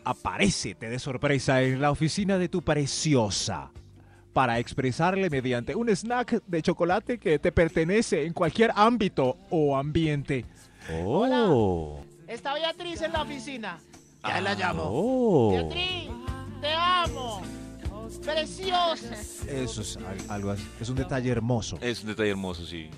Speaker 1: Aparécete de sorpresa en la oficina de tu preciosa para expresarle mediante un snack de chocolate que te pertenece en cualquier ámbito o ambiente.
Speaker 7: Oh.
Speaker 5: Hola. Está Beatriz en la oficina. Ya la
Speaker 7: Ah.
Speaker 5: llamo.
Speaker 2: Oh.
Speaker 5: Beatriz, te amo. Preciosa.
Speaker 1: Eso es al- algo así. Es un detalle hermoso.
Speaker 2: Es un detalle hermoso, sí.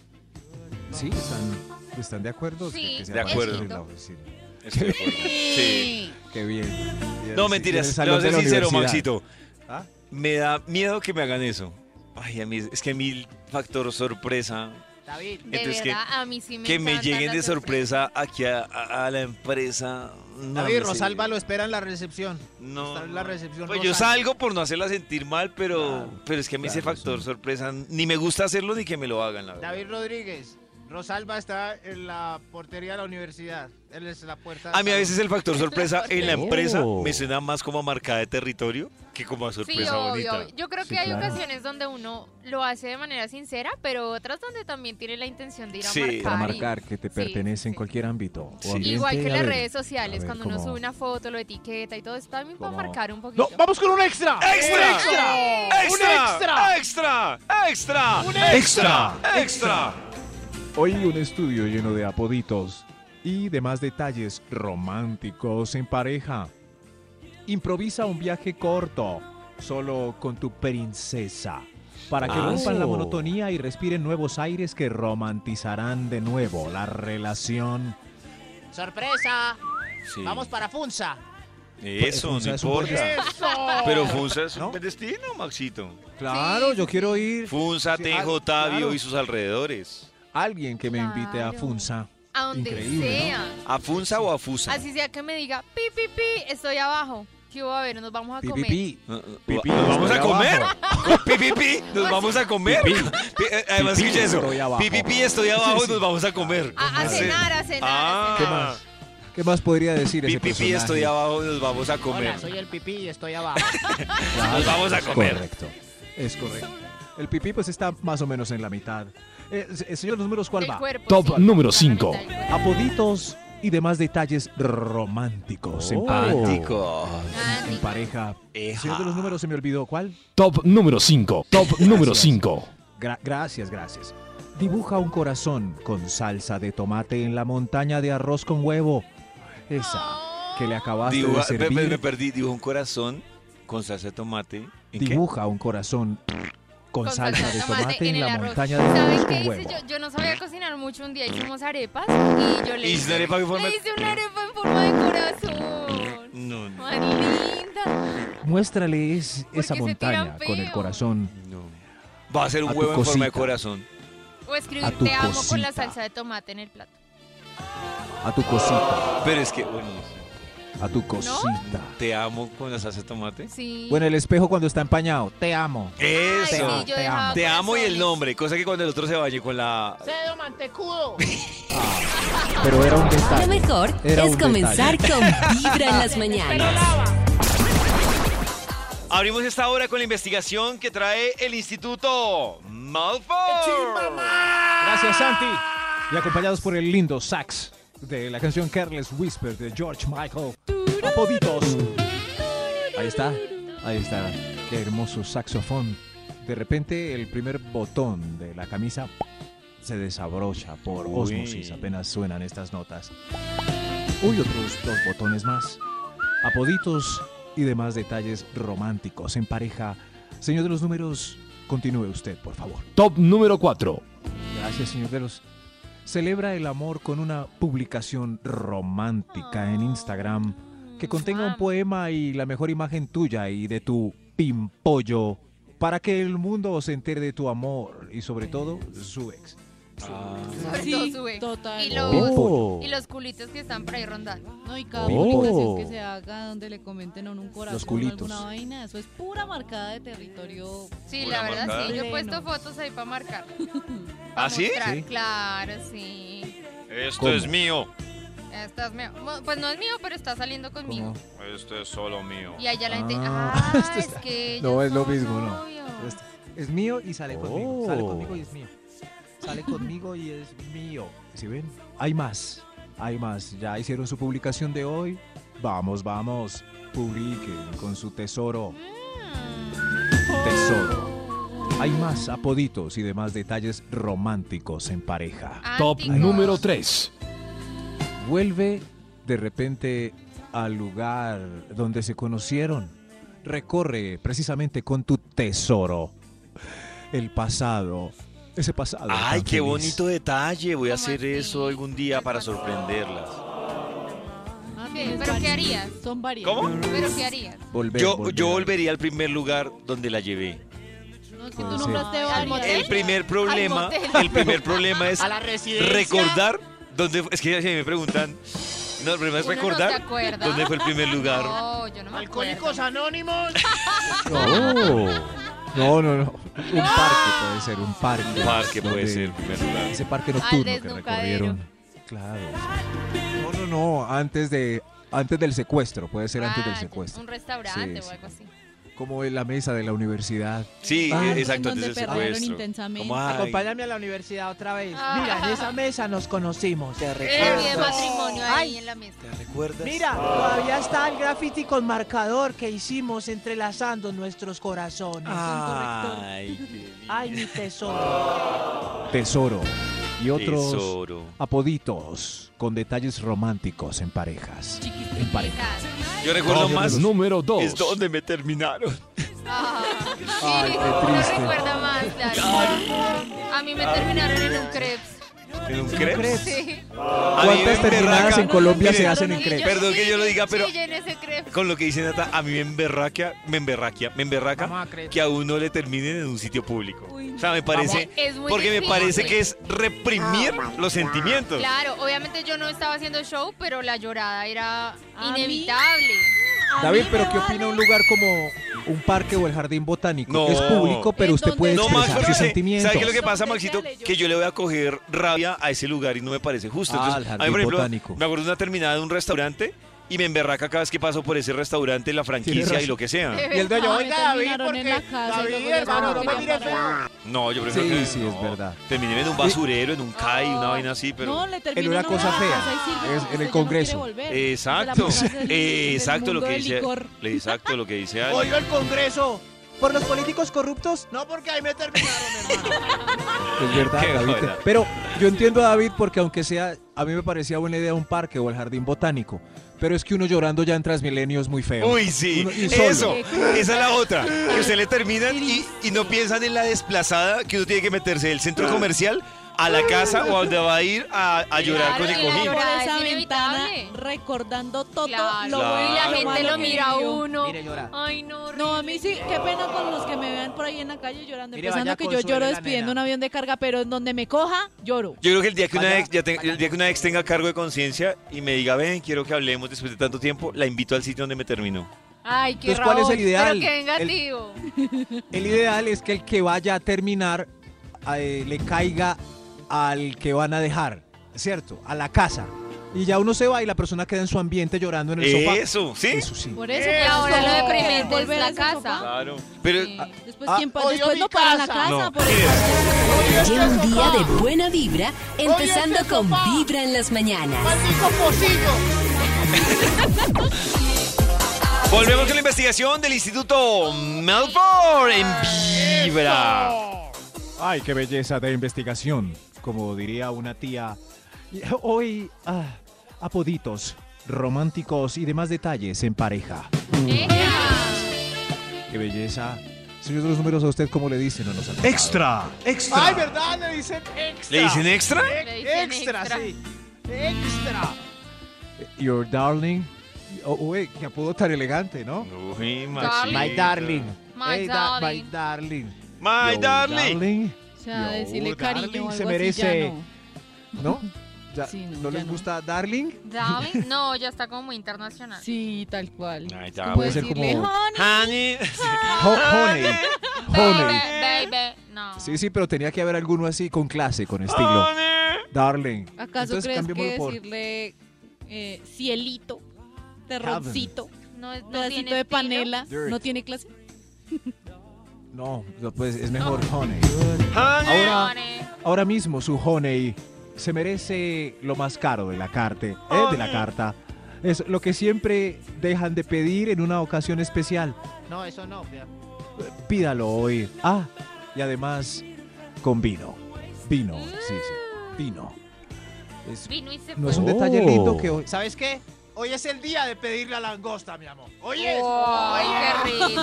Speaker 1: Sí, están, están de acuerdo.
Speaker 3: Sí,
Speaker 1: se
Speaker 2: de
Speaker 1: aparezcan
Speaker 2: acuerdo.
Speaker 1: en la oficina.
Speaker 2: Estoy de acuerdo. Sí.
Speaker 1: Qué bien.
Speaker 2: No, mentiras.
Speaker 1: Te
Speaker 2: Te voy a ser sincero, Maxito.
Speaker 1: ¿Ah?
Speaker 2: Me da miedo que me hagan eso. Ay, a mí, es que a mí el factor sorpresa,
Speaker 5: David.
Speaker 3: De
Speaker 2: Entonces,
Speaker 3: verdad, a mí sí me
Speaker 2: que me
Speaker 3: encantan
Speaker 2: lleguen
Speaker 3: las
Speaker 2: de sorpresa aquí a, a- a la empresa. No,
Speaker 7: David,
Speaker 2: me
Speaker 7: Rosalba
Speaker 2: sé.
Speaker 7: lo espera en la recepción.
Speaker 2: No.
Speaker 7: Está en la recepción.
Speaker 2: Pues yo
Speaker 7: Rosalba.
Speaker 2: salgo por no hacerla sentir mal, pero, pero es que a mí ese
Speaker 1: claro,
Speaker 2: factor sorpresa ni me gusta hacerlo ni que me lo hagan, la verdad.
Speaker 7: David Rodríguez. Rosalba está en la portería de la universidad. Él es la puerta.
Speaker 2: A mí a veces el factor sorpresa en la
Speaker 6: Oh.
Speaker 2: empresa me suena más como a marcada de territorio que como a
Speaker 3: Sí,
Speaker 2: sorpresa
Speaker 3: obvio.
Speaker 2: bonita.
Speaker 3: Yo creo que
Speaker 1: Sí,
Speaker 3: hay
Speaker 1: claro.
Speaker 3: ocasiones donde uno lo hace de manera sincera, pero otras donde también tiene la intención de ir a
Speaker 2: Sí.
Speaker 3: marcar.
Speaker 1: Para
Speaker 3: y-
Speaker 1: marcar que te
Speaker 3: sí,
Speaker 1: pertenece en
Speaker 3: sí.
Speaker 1: cualquier ámbito. o
Speaker 2: Sí.
Speaker 1: ambiente.
Speaker 3: Igual que en
Speaker 1: A
Speaker 3: las
Speaker 1: ver,
Speaker 3: redes
Speaker 1: a
Speaker 3: sociales,
Speaker 1: ver,
Speaker 3: cuando uno
Speaker 1: ¿cómo?
Speaker 3: sube una foto, lo etiqueta y todo esto, también para
Speaker 1: Como-
Speaker 3: marcar un poquito.
Speaker 7: No, vamos con un extra.
Speaker 2: ¡Extra!
Speaker 7: ¡Extra! ¡Un
Speaker 2: ¡Extra!
Speaker 7: extra!
Speaker 2: ¡Extra! ¡Extra!
Speaker 7: ¡Un
Speaker 2: ¡Extra! ¡Extra!
Speaker 1: Hoy un estudio lleno de apoditos y demás detalles románticos en pareja. Improvisa un viaje corto, solo con tu princesa, para que
Speaker 6: Ah,
Speaker 1: rompan la
Speaker 6: sí.
Speaker 1: monotonía y respiren nuevos aires que romantizarán de nuevo la relación.
Speaker 5: Sorpresa.
Speaker 2: Sí.
Speaker 5: Vamos para Funza.
Speaker 2: Eso,
Speaker 1: Pues, Funza
Speaker 2: no
Speaker 1: es un buen
Speaker 2: importa.
Speaker 7: ¡Eso!
Speaker 2: Pero Funza es
Speaker 1: ¿No?
Speaker 2: un buen destino, Maxito.
Speaker 1: Claro, yo quiero ir.
Speaker 2: Funza,
Speaker 1: Sí,
Speaker 2: Tejo,
Speaker 1: ah,
Speaker 2: Tabio
Speaker 1: claro.
Speaker 2: y sus alrededores.
Speaker 1: Alguien que me invite a
Speaker 3: Claro.
Speaker 1: Funza.
Speaker 3: A donde
Speaker 1: Increíble, ¿no?
Speaker 3: sea.
Speaker 2: ¿A Funza o a Fusa?
Speaker 3: Así sea que me diga, pi, pi, pi, estoy abajo. ¿Qué va a ver? Nos vamos a
Speaker 1: Pi,
Speaker 3: comer.
Speaker 1: pi, pi.
Speaker 2: Pipi, ¿nos vamos a
Speaker 1: estoy
Speaker 2: comer?
Speaker 1: abajo.
Speaker 2: Pi, pi, pi, ¿nos vamos a comer? Pi- eh, Además,
Speaker 1: Pipi,
Speaker 2: escucha eso.
Speaker 1: estoy abajo.
Speaker 2: Pipi, pi, estoy abajo y nos vamos a comer.
Speaker 3: A, a
Speaker 2: Sí.
Speaker 3: cenar, a cenar.
Speaker 2: Ah,
Speaker 3: a
Speaker 2: ¿qué
Speaker 3: cenar.
Speaker 2: más?
Speaker 1: ¿Qué más podría decir
Speaker 2: Pipi,
Speaker 1: ese
Speaker 2: pi, estoy
Speaker 1: personaje?
Speaker 2: abajo y nos vamos a comer.
Speaker 5: Hola, soy el pipí y estoy abajo.
Speaker 1: Claro,
Speaker 2: Nos vamos a
Speaker 1: es
Speaker 2: comer.
Speaker 1: Correcto. Es correcto. El pipí pues está más o menos en la mitad. Eh, se- señor números, ¿cuál
Speaker 3: Del
Speaker 1: va?
Speaker 3: cuerpo,
Speaker 6: Top
Speaker 3: sí.
Speaker 6: número
Speaker 3: La
Speaker 6: cinco.
Speaker 3: mitad del cuerpo.
Speaker 1: Apoditos y demás detalles románticos en
Speaker 6: Oh.
Speaker 1: pareja.
Speaker 2: Romántico.
Speaker 3: Ah,
Speaker 1: En pareja.
Speaker 2: Eja.
Speaker 1: Señor de los números, se me olvidó. ¿Cuál?
Speaker 6: Top número 5. Top número 5.
Speaker 1: Gra- gracias, gracias. Dibuja un corazón con salsa de tomate en la montaña de arroz con huevo. Esa
Speaker 3: Oh.
Speaker 1: que le acabaste de
Speaker 2: Dibuja- pe-
Speaker 1: servir.
Speaker 2: pe- me perdí. Dibujo un corazón con salsa de tomate. ¿En qué?
Speaker 1: Dibuja un corazón con, salsa, de tomate, en,
Speaker 3: el
Speaker 1: la
Speaker 3: arroz.
Speaker 1: montaña de
Speaker 3: ¿Saben
Speaker 1: arroz
Speaker 3: qué
Speaker 1: con
Speaker 3: hice
Speaker 1: huevo.
Speaker 3: yo? Yo no sabía cocinar mucho. Un día hicimos arepas y yo le
Speaker 2: ¿Hiciste
Speaker 3: hice,
Speaker 2: arepa en forma-
Speaker 3: le hice una arepa en forma de corazón.
Speaker 2: No, no.
Speaker 3: Más linda.
Speaker 1: Muéstrale es-
Speaker 3: Porque
Speaker 1: esa
Speaker 3: se tiran
Speaker 1: montaña con el
Speaker 3: feo.
Speaker 1: corazón.
Speaker 2: Va a ser un
Speaker 1: A tu
Speaker 2: huevo en forma de
Speaker 1: cosita.
Speaker 2: corazón.
Speaker 3: O
Speaker 1: A
Speaker 3: escribir
Speaker 1: tu
Speaker 3: te amo con la
Speaker 1: cosita.
Speaker 3: salsa de tomate en el plato.
Speaker 1: A tu cosita,
Speaker 2: Pero es que, bueno, no sé.
Speaker 1: a tu cosita.
Speaker 2: te amo con la salsa de tomate.
Speaker 3: Sí.
Speaker 1: Bueno, el espejo cuando está empañado. Te amo.
Speaker 3: Ay, sí,
Speaker 2: Eso.
Speaker 1: amo,
Speaker 3: yo
Speaker 1: te
Speaker 3: dejaba
Speaker 1: amo.
Speaker 2: te amo y el
Speaker 3: corazones.
Speaker 2: nombre. Cosa que cuando el otro se bañe con la.
Speaker 7: Cedo mantecudo.
Speaker 1: Pero era un
Speaker 8: Lo
Speaker 1: detalle.
Speaker 8: mejor
Speaker 1: Era
Speaker 8: es
Speaker 1: un
Speaker 8: comenzar con Vibra en las
Speaker 7: Pero
Speaker 8: mañanas.
Speaker 7: lava.
Speaker 2: Abrimos esta hora con la investigación que trae el Instituto Malfoy.
Speaker 1: Gracias, Santi. Y acompañados por el lindo sax de la canción Careless Whisper de George Michael. Apoditos. Ahí está. Ahí está. Qué hermoso saxofón. De repente, el primer botón de la camisa se desabrocha por
Speaker 2: Uy.
Speaker 1: osmosis. Apenas suenan estas notas. Uy, otros dos botones más. Apoditos y demás detalles románticos en pareja. Señor de los números, continúe usted, por favor.
Speaker 6: Top número 4.
Speaker 1: Gracias, señor Velos. Celebra el amor con una publicación romántica en Instagram que contenga
Speaker 9: Ah.
Speaker 1: un poema y la mejor imagen tuya y de tu pimpollo para que el mundo se entere de tu amor y sobre todo su ex.
Speaker 3: Sobre todo su ex.
Speaker 9: total.
Speaker 3: Y los,
Speaker 1: Pimpollo.
Speaker 3: y los culitos que están por ahí rondando.
Speaker 9: No, y cada
Speaker 1: Oh.
Speaker 9: publicación que se haga donde le comenten a uno un corazón
Speaker 1: Los
Speaker 9: Los
Speaker 1: culitos.
Speaker 9: alguna vaina, eso es pura marcada de territorio.
Speaker 3: Sí,
Speaker 2: Una
Speaker 3: la verdad
Speaker 2: marcada.
Speaker 3: sí. Yo he puesto
Speaker 9: Pleno.
Speaker 3: fotos ahí para marcar. Pa'
Speaker 2: ¿Ah, sí?
Speaker 3: mostrar,
Speaker 1: Sí.
Speaker 3: Claro, sí.
Speaker 2: Esto
Speaker 1: ¿Cómo?
Speaker 2: es mío.
Speaker 3: Estás mío. Bueno, Pues no es mío, pero está saliendo conmigo.
Speaker 2: Esto es solo mío.
Speaker 3: Y allá la gente.
Speaker 1: Ah.
Speaker 3: Ah,
Speaker 1: Esto
Speaker 3: es
Speaker 1: está-
Speaker 3: que.
Speaker 1: No,
Speaker 3: ellos
Speaker 1: es lo
Speaker 3: son
Speaker 1: mismo, no.
Speaker 3: novios".
Speaker 1: Es, es mío y sale conmigo. Sale
Speaker 5: Oh.
Speaker 1: conmigo y es mío. Sale conmigo y es mío. ¿Sí ven? Hay más. Hay más. Ya hicieron su publicación de hoy. Vamos, vamos. Publiquen con su tesoro. Tesoro. Hay más apoditos y demás detalles románticos en pareja.
Speaker 6: Top
Speaker 3: Antigua.
Speaker 6: número 3.
Speaker 1: Vuelve de repente al lugar donde se conocieron. Recorre precisamente con tu tesoro el pasado. Ese pasado.
Speaker 2: Ay,
Speaker 1: tan
Speaker 2: qué
Speaker 1: feliz.
Speaker 2: bonito detalle. Voy a
Speaker 3: ¿Cómo
Speaker 2: hacer
Speaker 3: así?
Speaker 2: eso algún día para sorprenderlas.
Speaker 9: Ah,
Speaker 3: ¿Qué?
Speaker 9: tienes
Speaker 3: ¿Pero qué
Speaker 9: varias.
Speaker 3: harías?
Speaker 9: Son varias.
Speaker 2: ¿Cómo?
Speaker 3: ¿Pero qué harías?
Speaker 1: Volver,
Speaker 2: Yo,
Speaker 1: volver
Speaker 2: yo
Speaker 1: al-
Speaker 2: volvería al primer lugar donde la llevé.
Speaker 9: No, es que
Speaker 1: Puede
Speaker 9: tú
Speaker 1: ser.
Speaker 9: nombraste
Speaker 3: ¿Al
Speaker 9: varias.
Speaker 3: motel?
Speaker 2: El primer problema,
Speaker 3: motel.
Speaker 2: el primer problema es
Speaker 5: A la residencia.
Speaker 2: recordar dónde fue- es que si me preguntan, no, el problema es
Speaker 3: Uno no se
Speaker 2: recordar
Speaker 3: acuerda.
Speaker 2: dónde fue el primer lugar.
Speaker 3: No, yo no me
Speaker 5: Alcohólicos
Speaker 3: acuerdo.
Speaker 5: Anónimos.
Speaker 1: No, no, no. Un parque puede ser, un parque.
Speaker 2: Un parque puede
Speaker 1: Donde-
Speaker 2: ser el primer lugar.
Speaker 1: Ese parque nocturno que
Speaker 3: desnucadero.
Speaker 1: recorrieron. Claro. No, no, no. Antes de. Antes del secuestro, puede ser antes del
Speaker 3: Ah,
Speaker 1: secuestro.
Speaker 3: Un restaurante
Speaker 1: Sí,
Speaker 3: o
Speaker 1: sí.
Speaker 3: algo así.
Speaker 1: Como en la mesa de la universidad.
Speaker 2: Sí,
Speaker 1: Ah,
Speaker 2: eh, exacto,
Speaker 9: donde
Speaker 2: antes del
Speaker 9: perrearon
Speaker 2: secuestro.
Speaker 9: intensamente.
Speaker 2: Como, ay,
Speaker 5: Acompáñame a la universidad otra vez.
Speaker 3: Ah.
Speaker 5: Mira, en esa mesa nos conocimos.
Speaker 3: Y de matrimonio ahí
Speaker 5: Ay.
Speaker 3: en la mesa.
Speaker 7: Ah.
Speaker 5: Mira, todavía está el graffiti con marcador que hicimos entrelazando nuestros corazones.
Speaker 7: Ah.
Speaker 2: Ay, qué
Speaker 5: Ay, mi tesoro.
Speaker 1: Tesoro. Y otros
Speaker 2: tesoro.
Speaker 1: apoditos con detalles románticos en parejas. En pareja.
Speaker 3: Quizás.
Speaker 2: Yo recuerdo
Speaker 6: Top
Speaker 2: más
Speaker 6: número 2.
Speaker 2: es donde me terminaron.
Speaker 3: Ah,
Speaker 1: Ay,
Speaker 3: sí,
Speaker 1: qué
Speaker 3: uno
Speaker 1: triste.
Speaker 3: recuerda más, claro. A mí me terminaron en un crepes.
Speaker 2: ¿En un crepes?
Speaker 3: Sí.
Speaker 2: A mí
Speaker 1: ¿Cuántas
Speaker 2: me
Speaker 1: terminadas
Speaker 2: emberraca-
Speaker 1: en Colombia se
Speaker 2: Mire,
Speaker 1: hacen en
Speaker 3: Sí,
Speaker 1: crepes?
Speaker 3: yo-
Speaker 2: Perdón que yo lo diga,
Speaker 3: sí,
Speaker 2: pero-
Speaker 3: yo en ese crepes.
Speaker 2: Con lo que dice Nata, a mí me emberraquia, me emberraquia, me emberraca que a uno le terminen en un sitio público. O sea, me parece...
Speaker 3: Es muy
Speaker 2: Porque me
Speaker 3: difícil.
Speaker 2: parece que es reprimir los sentimientos.
Speaker 3: Claro, obviamente yo no estaba haciendo show, pero la llorada era
Speaker 9: mí?
Speaker 3: inevitable.
Speaker 1: David, pero ¿qué opina un lugar como un parque o el jardín botánico?
Speaker 2: No.
Speaker 1: Es público, pero
Speaker 9: ¿En
Speaker 1: usted
Speaker 9: dónde
Speaker 1: puede
Speaker 2: No, Max,
Speaker 1: expresar
Speaker 2: porque
Speaker 1: sus
Speaker 2: ¿sabe
Speaker 1: sentimientos.
Speaker 2: qué es lo que pasa,
Speaker 9: Donde sea
Speaker 2: Maxito?
Speaker 9: le llora.
Speaker 2: Que yo le voy a coger rabia a ese lugar y no me parece justo.
Speaker 1: Ah,
Speaker 2: Entonces,
Speaker 1: al
Speaker 2: a mí,
Speaker 1: jardín
Speaker 2: por ejemplo,
Speaker 1: botánico.
Speaker 2: me acuerdo de una terminada de un restaurante y me emberraca cada vez que paso por ese restaurante, la franquicia y
Speaker 1: razón.
Speaker 2: lo que sea.
Speaker 5: Y el
Speaker 9: Ah,
Speaker 5: dueño,
Speaker 9: me
Speaker 5: oiga, David,
Speaker 9: terminaron en
Speaker 5: porque
Speaker 9: la casa y
Speaker 5: David,
Speaker 9: luego
Speaker 5: hermano, no
Speaker 9: después
Speaker 5: me mire
Speaker 9: querían
Speaker 5: feo.
Speaker 9: parar.
Speaker 2: No, yo prefiero
Speaker 1: Sí,
Speaker 2: que-
Speaker 1: sí, es
Speaker 2: no.
Speaker 1: verdad.
Speaker 2: Terminé en un basurero, en un CAI, una vaina así, pero...
Speaker 9: no, le terminan
Speaker 1: una
Speaker 9: a uno
Speaker 1: cosa
Speaker 9: en la
Speaker 1: fea,
Speaker 9: casa
Speaker 1: es
Speaker 9: y sirve, porque
Speaker 1: en el
Speaker 9: usted ya no quiere
Speaker 1: Congreso.
Speaker 9: volver.
Speaker 2: Exacto, Eh,
Speaker 9: Se la pasa en el- en el
Speaker 2: exacto lo
Speaker 9: mundo
Speaker 2: que
Speaker 9: del
Speaker 2: dice,
Speaker 9: licor.
Speaker 2: exacto lo que dice Ale.
Speaker 5: Odio el Congreso. ¿Por los políticos corruptos?
Speaker 7: No, porque ahí me terminaron, hermano.
Speaker 1: Es verdad,
Speaker 2: Qué
Speaker 1: David.
Speaker 2: joda.
Speaker 1: Pero yo entiendo a David porque aunque sea, a mí me parecía buena idea un parque o el jardín botánico. Pero es que uno llorando ya en Transmilenio es muy feo.
Speaker 2: Uy, sí,
Speaker 1: Uno- y solo.
Speaker 2: eso, esa es la otra, que usted le terminan y, y no piensan en la desplazada que uno tiene que meterse del centro comercial a la casa o a donde va a ir a, a llorar con el
Speaker 3: Claro, y la
Speaker 2: cojín.
Speaker 9: por
Speaker 3: llorada
Speaker 9: esa
Speaker 3: es
Speaker 9: ventana
Speaker 3: inevitable.
Speaker 9: recordando todo
Speaker 3: Claro.
Speaker 9: lo bueno
Speaker 3: Y la
Speaker 9: lo
Speaker 3: gente
Speaker 9: malo
Speaker 3: lo
Speaker 9: que
Speaker 3: mira a
Speaker 9: vivió.
Speaker 3: uno.
Speaker 7: Mire, llora.
Speaker 3: Ay, no, horrible.
Speaker 9: No, a mí sí, qué pena con los que me vean por ahí en la calle llorando,
Speaker 7: Mire,
Speaker 9: pensando
Speaker 7: vaya,
Speaker 9: que yo
Speaker 7: consuele
Speaker 9: lloro
Speaker 7: a la
Speaker 9: despidiendo un
Speaker 7: nena.
Speaker 9: avión de carga, pero en donde me coja, lloro.
Speaker 2: Yo creo que el día que, una
Speaker 7: Vaya,
Speaker 2: ex, ya te- el día que una ex tenga cargo de conciencia y me diga, ven, quiero que hablemos después de tanto tiempo, la invito al sitio donde me terminó.
Speaker 3: Ay, qué
Speaker 1: Entonces, ¿cuál es
Speaker 3: rabón.
Speaker 1: el ideal?
Speaker 3: Pero qué
Speaker 1: El-
Speaker 3: vengativo.
Speaker 1: El ideal es que el que vaya a terminar eh, le caiga al que van a dejar, ¿cierto? A la casa. Y ya uno se va y la persona queda en su ambiente llorando en el sofá.
Speaker 2: Eso, ¿sí?
Speaker 1: Eso sí.
Speaker 9: Por eso,
Speaker 7: Y
Speaker 9: por eso,
Speaker 3: ahora lo
Speaker 9: ¿cómo
Speaker 3: deprimente es
Speaker 9: volver
Speaker 3: la
Speaker 9: a esa
Speaker 3: casa.
Speaker 9: sofá?
Speaker 2: Claro. Pero
Speaker 9: Sí. Después,
Speaker 1: ah,
Speaker 9: ¿quién pa-
Speaker 7: odio
Speaker 9: después
Speaker 7: mi
Speaker 9: no para la
Speaker 7: casa.
Speaker 9: casa.
Speaker 2: No,
Speaker 9: por
Speaker 2: mire,
Speaker 9: eso.
Speaker 8: Lleva un día de buena vibra, empezando
Speaker 7: este
Speaker 8: con
Speaker 7: sofá.
Speaker 8: Vibra en las mañanas.
Speaker 7: ¡Maldito pocillo!
Speaker 2: volvemos con la investigación del Instituto Melbourne en Vibra.
Speaker 1: Ay, qué belleza de investigación. Como diría una tía. Y Hoy, ah, apoditos, románticos y demás detalles en pareja.
Speaker 3: Ella.
Speaker 1: Qué belleza. Señor de los números, ¿a usted cómo le dicen? No nos han contado.
Speaker 7: ¡Extra! ¡Ay, verdad! Le dicen extra.
Speaker 2: ¿Le dicen extra?
Speaker 3: Le dicen
Speaker 7: extra,
Speaker 3: extra.
Speaker 7: sí. ¡Extra!
Speaker 1: Eh, Your darling. Oh, uy, qué apodo tan elegante, ¿no? Eh,
Speaker 2: Uy,
Speaker 3: Darling.
Speaker 2: machito.
Speaker 3: My My
Speaker 1: Hey, da-
Speaker 3: darling.
Speaker 1: my darling.
Speaker 2: My
Speaker 1: Your
Speaker 2: darling.
Speaker 9: O sea,
Speaker 1: Yo, darling,
Speaker 9: decirle cariño o algo
Speaker 1: se
Speaker 9: así,
Speaker 1: merece.
Speaker 9: ya no.
Speaker 1: ¿No? Ya,
Speaker 9: Sí, no,
Speaker 1: no,
Speaker 9: ya
Speaker 1: les
Speaker 9: no.
Speaker 1: gusta darling?
Speaker 3: Darling. No, ya está como muy internacional.
Speaker 9: Sí, tal cual.
Speaker 2: My
Speaker 9: Como
Speaker 1: Puede ser
Speaker 9: decirle,
Speaker 1: como-
Speaker 9: "Honey,
Speaker 2: Honey.
Speaker 1: Ho- honey.
Speaker 3: Baby,
Speaker 1: Honey.
Speaker 3: baby. No.
Speaker 1: Sí, sí, pero tenía que haber alguno así con clase, con estilo. Darling.
Speaker 9: ¿Acaso
Speaker 1: Entonces,
Speaker 9: crees que
Speaker 1: cambiémoslo por-
Speaker 9: decirle eh, cielito, terroncito,
Speaker 3: No, es- no tiene
Speaker 9: pedacito de
Speaker 3: estilo.
Speaker 9: panela,
Speaker 1: Dirt.
Speaker 9: no tiene clase?
Speaker 1: No, no, pues es mejor honey.
Speaker 2: Honey.
Speaker 1: Ahora,
Speaker 3: Honey.
Speaker 1: ahora mismo su honey se merece lo más caro de la carta. eh, de la carta. Es lo que siempre dejan de pedir en una ocasión especial.
Speaker 7: No, eso no. vea.
Speaker 1: Pídalo hoy. Ah, y además con vino. Vino, sí, sí. Vino. Es-
Speaker 3: Vino y se
Speaker 1: no
Speaker 3: fue.
Speaker 1: es un detalle lindo que hoy.
Speaker 7: ¿Sabes qué? Hoy es el día de pedir la langosta, mi amor. Hoy es.
Speaker 3: ¡Ay, qué rico!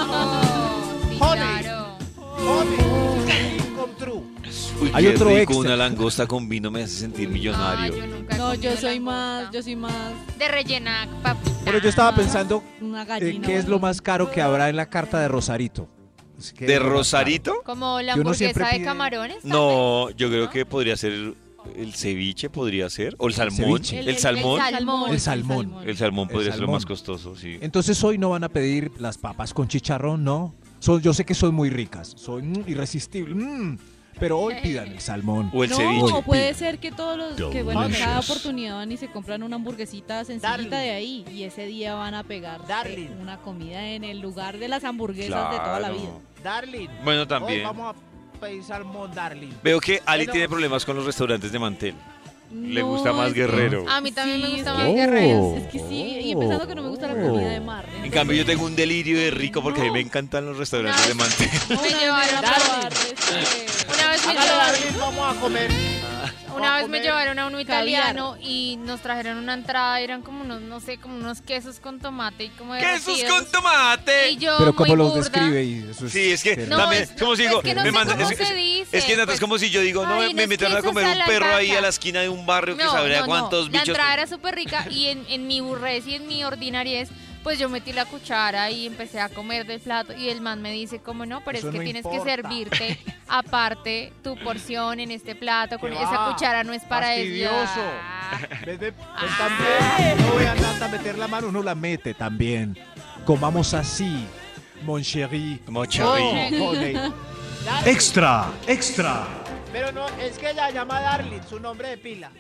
Speaker 3: Sí,
Speaker 7: Honey.
Speaker 3: claro.
Speaker 7: Honey. Come true.
Speaker 2: Uy,
Speaker 1: Hay
Speaker 2: qué
Speaker 1: otro
Speaker 2: rico,
Speaker 1: extra.
Speaker 2: Una langosta con vino me hace sentir
Speaker 3: Ah,
Speaker 2: millonario.
Speaker 3: yo nunca he
Speaker 9: No,
Speaker 3: comido
Speaker 9: yo soy más,
Speaker 3: langosta.
Speaker 9: yo soy más
Speaker 3: De rellena, papita.
Speaker 1: Pero yo estaba pensando
Speaker 9: una
Speaker 1: eh,
Speaker 9: gallina.
Speaker 1: qué es lo más caro que habrá en la carta de Rosarito. Así que
Speaker 2: ¿De
Speaker 1: es lo más caro.
Speaker 2: Rosarito?
Speaker 3: Como la
Speaker 1: Yo no
Speaker 3: hamburguesa
Speaker 1: siempre
Speaker 3: de
Speaker 1: pide-
Speaker 3: camarones. tal vez.
Speaker 2: No, yo creo que podría ser el ceviche, podría ser. O el salmón.
Speaker 1: ceviche.
Speaker 2: El salmón.
Speaker 3: El salmón.
Speaker 1: El salmón.
Speaker 2: El salmón
Speaker 1: El
Speaker 2: podría ser lo
Speaker 1: salmón.
Speaker 2: más costoso, sí.
Speaker 1: Entonces hoy no van a pedir las papas con chicharrón, ¿no? Son, yo sé que son muy ricas, son mm, irresistibles, mm, pero
Speaker 3: Eh.
Speaker 1: hoy pidan el salmón.
Speaker 2: O el
Speaker 9: no,
Speaker 2: ceviche.
Speaker 9: o puede ser que todos los que bueno, en
Speaker 6: Delicious.
Speaker 9: cada oportunidad van y se compran una hamburguesita sencillita
Speaker 7: Darling.
Speaker 9: de ahí y ese día van a pegar eh,
Speaker 7: Darling.
Speaker 9: una comida en el lugar de las hamburguesas de toda la
Speaker 2: Claro.
Speaker 9: vida.
Speaker 7: Darling.
Speaker 2: Bueno,
Speaker 7: Hoy
Speaker 2: también.
Speaker 7: vamos a pedir salmón, darling.
Speaker 2: Veo que Ali
Speaker 7: Pero-
Speaker 2: tiene problemas con los restaurantes de mantel. Le
Speaker 9: No,
Speaker 2: gusta más
Speaker 9: es que-
Speaker 2: guerrero.
Speaker 3: A mí también me
Speaker 9: Sí,
Speaker 3: gusta
Speaker 9: es
Speaker 3: más
Speaker 9: que-
Speaker 1: Oh.
Speaker 3: guerreros.
Speaker 9: Es que sí, y empezando que no me gusta la comida de mar.
Speaker 2: En cambio, yo tengo un delirio de rico porque a mí me encantan los restaurantes de mantel.
Speaker 3: Me llevaron a probar.
Speaker 9: este,
Speaker 3: Una vez me
Speaker 7: Hágale,
Speaker 3: llevaron.
Speaker 7: darling, vamos a comer.
Speaker 3: Una vez me
Speaker 7: llevaron.
Speaker 3: llevaron a uno italiano y nos trajeron una entrada, eran como unos, no sé, como unos quesos con tomate y como
Speaker 2: ¡Quesos
Speaker 3: derretidos.
Speaker 2: con tomate!
Speaker 3: Y yo
Speaker 1: pero
Speaker 3: muy
Speaker 1: como los
Speaker 3: burda.
Speaker 1: describe y eso es
Speaker 2: Sí, es que
Speaker 1: terrible.
Speaker 3: No,
Speaker 2: también,
Speaker 3: es-
Speaker 2: como si digo,
Speaker 3: es que no
Speaker 2: me
Speaker 3: sé
Speaker 2: manda-
Speaker 3: cómo
Speaker 2: es,
Speaker 3: se
Speaker 2: es-
Speaker 3: dice,
Speaker 2: es que Nata,
Speaker 3: pues.
Speaker 2: es como si yo digo, no,
Speaker 3: Ay,
Speaker 2: me
Speaker 3: unos
Speaker 2: invitaron a
Speaker 3: quesos
Speaker 2: comer
Speaker 3: a
Speaker 2: un
Speaker 3: la
Speaker 2: perro ahí
Speaker 3: albahaca.
Speaker 2: a la esquina de un barrio que
Speaker 3: Pues, No,
Speaker 2: sabría
Speaker 3: no, no.
Speaker 2: cuántos
Speaker 3: La
Speaker 2: bichos.
Speaker 3: entrada era súper rica y en, en mi burrés y en mi ordinariez, pues yo metí la cuchara y empecé a comer del plato y el man me dice, como no, pero
Speaker 1: Eso
Speaker 3: es que
Speaker 1: no
Speaker 3: tienes que
Speaker 1: importa".
Speaker 3: servirte aparte tu porción en este plato, con
Speaker 7: ¿Qué
Speaker 3: esa
Speaker 7: va?
Speaker 3: cuchara no es para eso.
Speaker 7: Fastidioso.
Speaker 3: Ah,
Speaker 7: Ves de-
Speaker 3: Ah.
Speaker 1: También, no voy a andar a meter la mano, uno la mete también. Comamos así, mon chéri.
Speaker 2: Mochari.
Speaker 7: Oh, honey. Darling.
Speaker 6: Extra, extra.
Speaker 7: Pero no, es que ella llama Darling, su nombre de pila.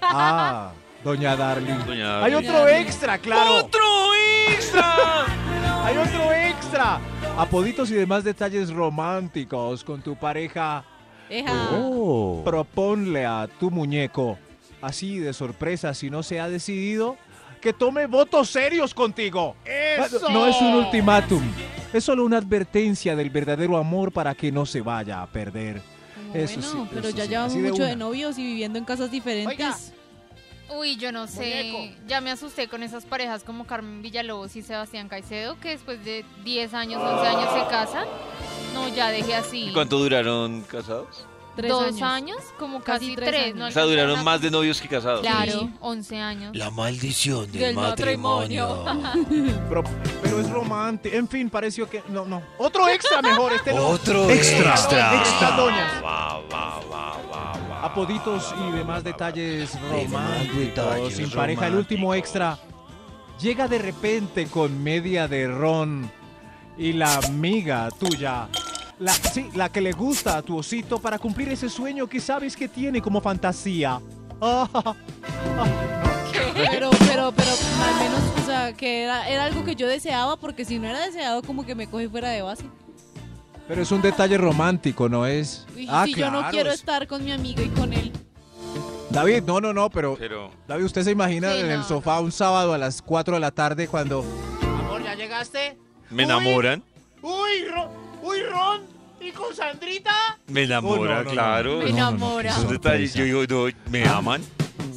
Speaker 1: Ah, doña Darling.
Speaker 2: Doña
Speaker 7: Hay
Speaker 2: Dalia.
Speaker 7: otro extra, claro.
Speaker 2: ¡Otro extra!
Speaker 7: Hay otro extra.
Speaker 1: Apoditos y demás detalles románticos con tu pareja.
Speaker 9: Eja.
Speaker 1: Proponle a tu muñeco, así de sorpresa, si no se ha decidido, que tome votos serios contigo.
Speaker 7: Eso.
Speaker 1: No es un ultimátum. Es solo una advertencia del verdadero amor para que no se vaya a perder. Eso sí,
Speaker 9: bueno, pero
Speaker 1: eso
Speaker 9: ya
Speaker 1: sí,
Speaker 9: llevamos
Speaker 1: así de
Speaker 9: mucho de,
Speaker 1: una.
Speaker 9: novios y viviendo en casas diferentes.
Speaker 7: Oiga.
Speaker 3: Uy, yo no sé.
Speaker 7: Muñeco.
Speaker 3: Ya me asusté con esas parejas como Carmen Villalobos y Sebastián Caicedo, que después de 10 años, 11 años se casan. No, ya dejé así.
Speaker 2: ¿Y cuánto duraron casados?
Speaker 9: Tres
Speaker 3: ¿Dos
Speaker 9: años.
Speaker 3: años? Como
Speaker 9: Casi
Speaker 3: casi,
Speaker 9: tres
Speaker 3: tres.
Speaker 9: años.
Speaker 3: ¿no?
Speaker 2: O sea, duraron más de novios que casados.
Speaker 3: Claro, 11 años.
Speaker 2: La maldición
Speaker 9: Del matrimonio.
Speaker 1: Pero, pero es romántico. En fin, pareció que. No, no.
Speaker 7: Otro extra mejor, este no.
Speaker 2: Otro
Speaker 1: Extra.
Speaker 7: Estas doñas.
Speaker 2: Va, va, va, va, va.
Speaker 1: Apoditos y demás detalles románticos.
Speaker 2: detalles
Speaker 1: Sin pareja, el último
Speaker 2: románticos.
Speaker 1: extra. Llega de repente con media de ron y la amiga tuya. La, sí, la que le gusta a tu osito para cumplir ese sueño que sabes que tiene como fantasía. Ah,
Speaker 9: Pero, pero, pero, al menos, o sea, que era, era algo que yo deseaba, porque si no era deseado, como que me cogí fuera de base.
Speaker 1: pero es un detalle romántico, ¿no es?
Speaker 9: Y
Speaker 1: Ah,
Speaker 9: si yo no
Speaker 1: claro,
Speaker 9: quiero
Speaker 1: es-
Speaker 9: estar con mi amigo y con él,
Speaker 1: David, no, no, no, pero
Speaker 2: Pero
Speaker 1: David, ¿usted se imagina
Speaker 3: Sí,
Speaker 1: en el
Speaker 3: no.
Speaker 1: sofá un sábado a las 4 de la tarde cuando...
Speaker 7: Oh. Amor, ¿ya llegaste?
Speaker 2: me
Speaker 7: Uy.
Speaker 2: enamoran.
Speaker 7: Uy, Ron, uy, Ron. ¿Y con Sandrita?
Speaker 2: Me enamoran,
Speaker 1: no, no,
Speaker 2: claro.
Speaker 9: me enamora.
Speaker 2: Esos detalles, yo digo, no, me aman.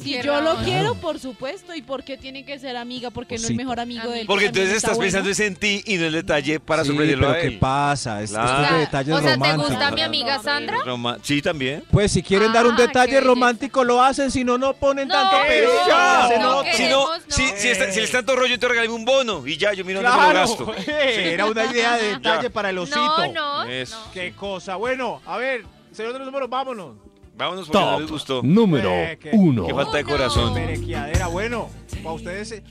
Speaker 9: si
Speaker 3: Qué
Speaker 9: yo lo
Speaker 3: raro.
Speaker 9: quiero, por supuesto. ¿Y por qué tiene que ser amiga? Porque no es
Speaker 1: Osito.
Speaker 9: mejor amigo de él.
Speaker 2: Porque
Speaker 9: que también
Speaker 2: entonces
Speaker 9: está
Speaker 2: estás
Speaker 9: bueno.
Speaker 2: pensando es en ti y no el detalle para
Speaker 1: Sí,
Speaker 2: sorprenderlo
Speaker 1: pero
Speaker 2: a
Speaker 1: ¿qué
Speaker 2: él.
Speaker 1: pasa? Es, este
Speaker 2: Claro.
Speaker 1: es
Speaker 2: O
Speaker 1: de
Speaker 2: sea,
Speaker 1: detalles
Speaker 3: Ah, o sea, ¿te
Speaker 1: románticos.
Speaker 3: gusta mi amiga Sandra?
Speaker 2: Roma- Sí, también.
Speaker 1: Pues si quieren dar un
Speaker 3: Ah, qué
Speaker 1: detalle
Speaker 3: belleza.
Speaker 1: romántico lo hacen, si no, no ponen
Speaker 3: No,
Speaker 1: tanto
Speaker 3: no,
Speaker 1: pero
Speaker 3: no,
Speaker 1: se
Speaker 3: no,
Speaker 1: nota.
Speaker 2: si no, Eh,
Speaker 3: queremos, no.
Speaker 2: Si, si, este está- si les tanto rollo, te regalé un bono y ya, yo miro dónde me lo
Speaker 1: Claro,
Speaker 2: gasto.
Speaker 1: era una idea de detalle para el osito.
Speaker 3: No, no.
Speaker 2: Eso.
Speaker 3: no.
Speaker 7: Qué cosa. Bueno, a ver, señor de los números, vámonos.
Speaker 2: Vámonos porque no
Speaker 6: Top
Speaker 2: les gustó.
Speaker 6: número
Speaker 1: Eh, qué-
Speaker 6: 1.
Speaker 2: Qué falta de
Speaker 3: Oh, no.
Speaker 2: corazón.
Speaker 1: Perequiadera, bueno, para ustedes. eh,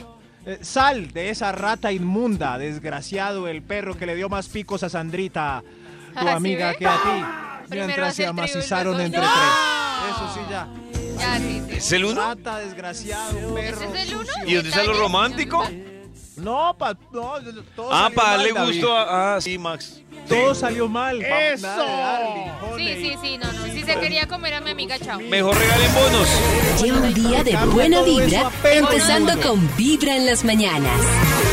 Speaker 1: eh, sal de esa rata inmunda, desgraciado el perro que le dio más picos a Sandrita, tu
Speaker 3: Ah, ¿Sí
Speaker 1: amiga
Speaker 3: ve?
Speaker 1: que a ti,
Speaker 3: Primero
Speaker 1: mientras
Speaker 3: hace
Speaker 1: se
Speaker 3: el trío y
Speaker 1: amacizaron
Speaker 3: luego-
Speaker 1: entre
Speaker 3: ¡No!
Speaker 1: tres. Eso sí, ya.
Speaker 3: Ya, sí, sí.
Speaker 2: ¿Es el uno?
Speaker 1: Rata, desgraciado, perro.
Speaker 3: ¿Ese es el uno?
Speaker 1: sucio.
Speaker 2: ¿Y dónde está lo
Speaker 3: Detalles,
Speaker 2: romántico?
Speaker 1: No, pa, no, todo
Speaker 2: Ah, para
Speaker 1: salió mal,
Speaker 2: darle
Speaker 1: David.
Speaker 2: gusto a. Ah, sí, Max.
Speaker 1: Todo salió mal. pa-
Speaker 7: ¡Eso!
Speaker 1: nada de dar,
Speaker 3: Sí,
Speaker 1: lijones.
Speaker 3: sí, sí, no, no. Si se quería comer a mi amiga, chao.
Speaker 2: Mejor regalen bonos.
Speaker 8: Lleva un día de
Speaker 1: Cambia
Speaker 8: buena
Speaker 1: todo eso
Speaker 8: vibra,
Speaker 1: a pelo
Speaker 8: empezando
Speaker 1: duro.
Speaker 8: con Vibra en las mañanas.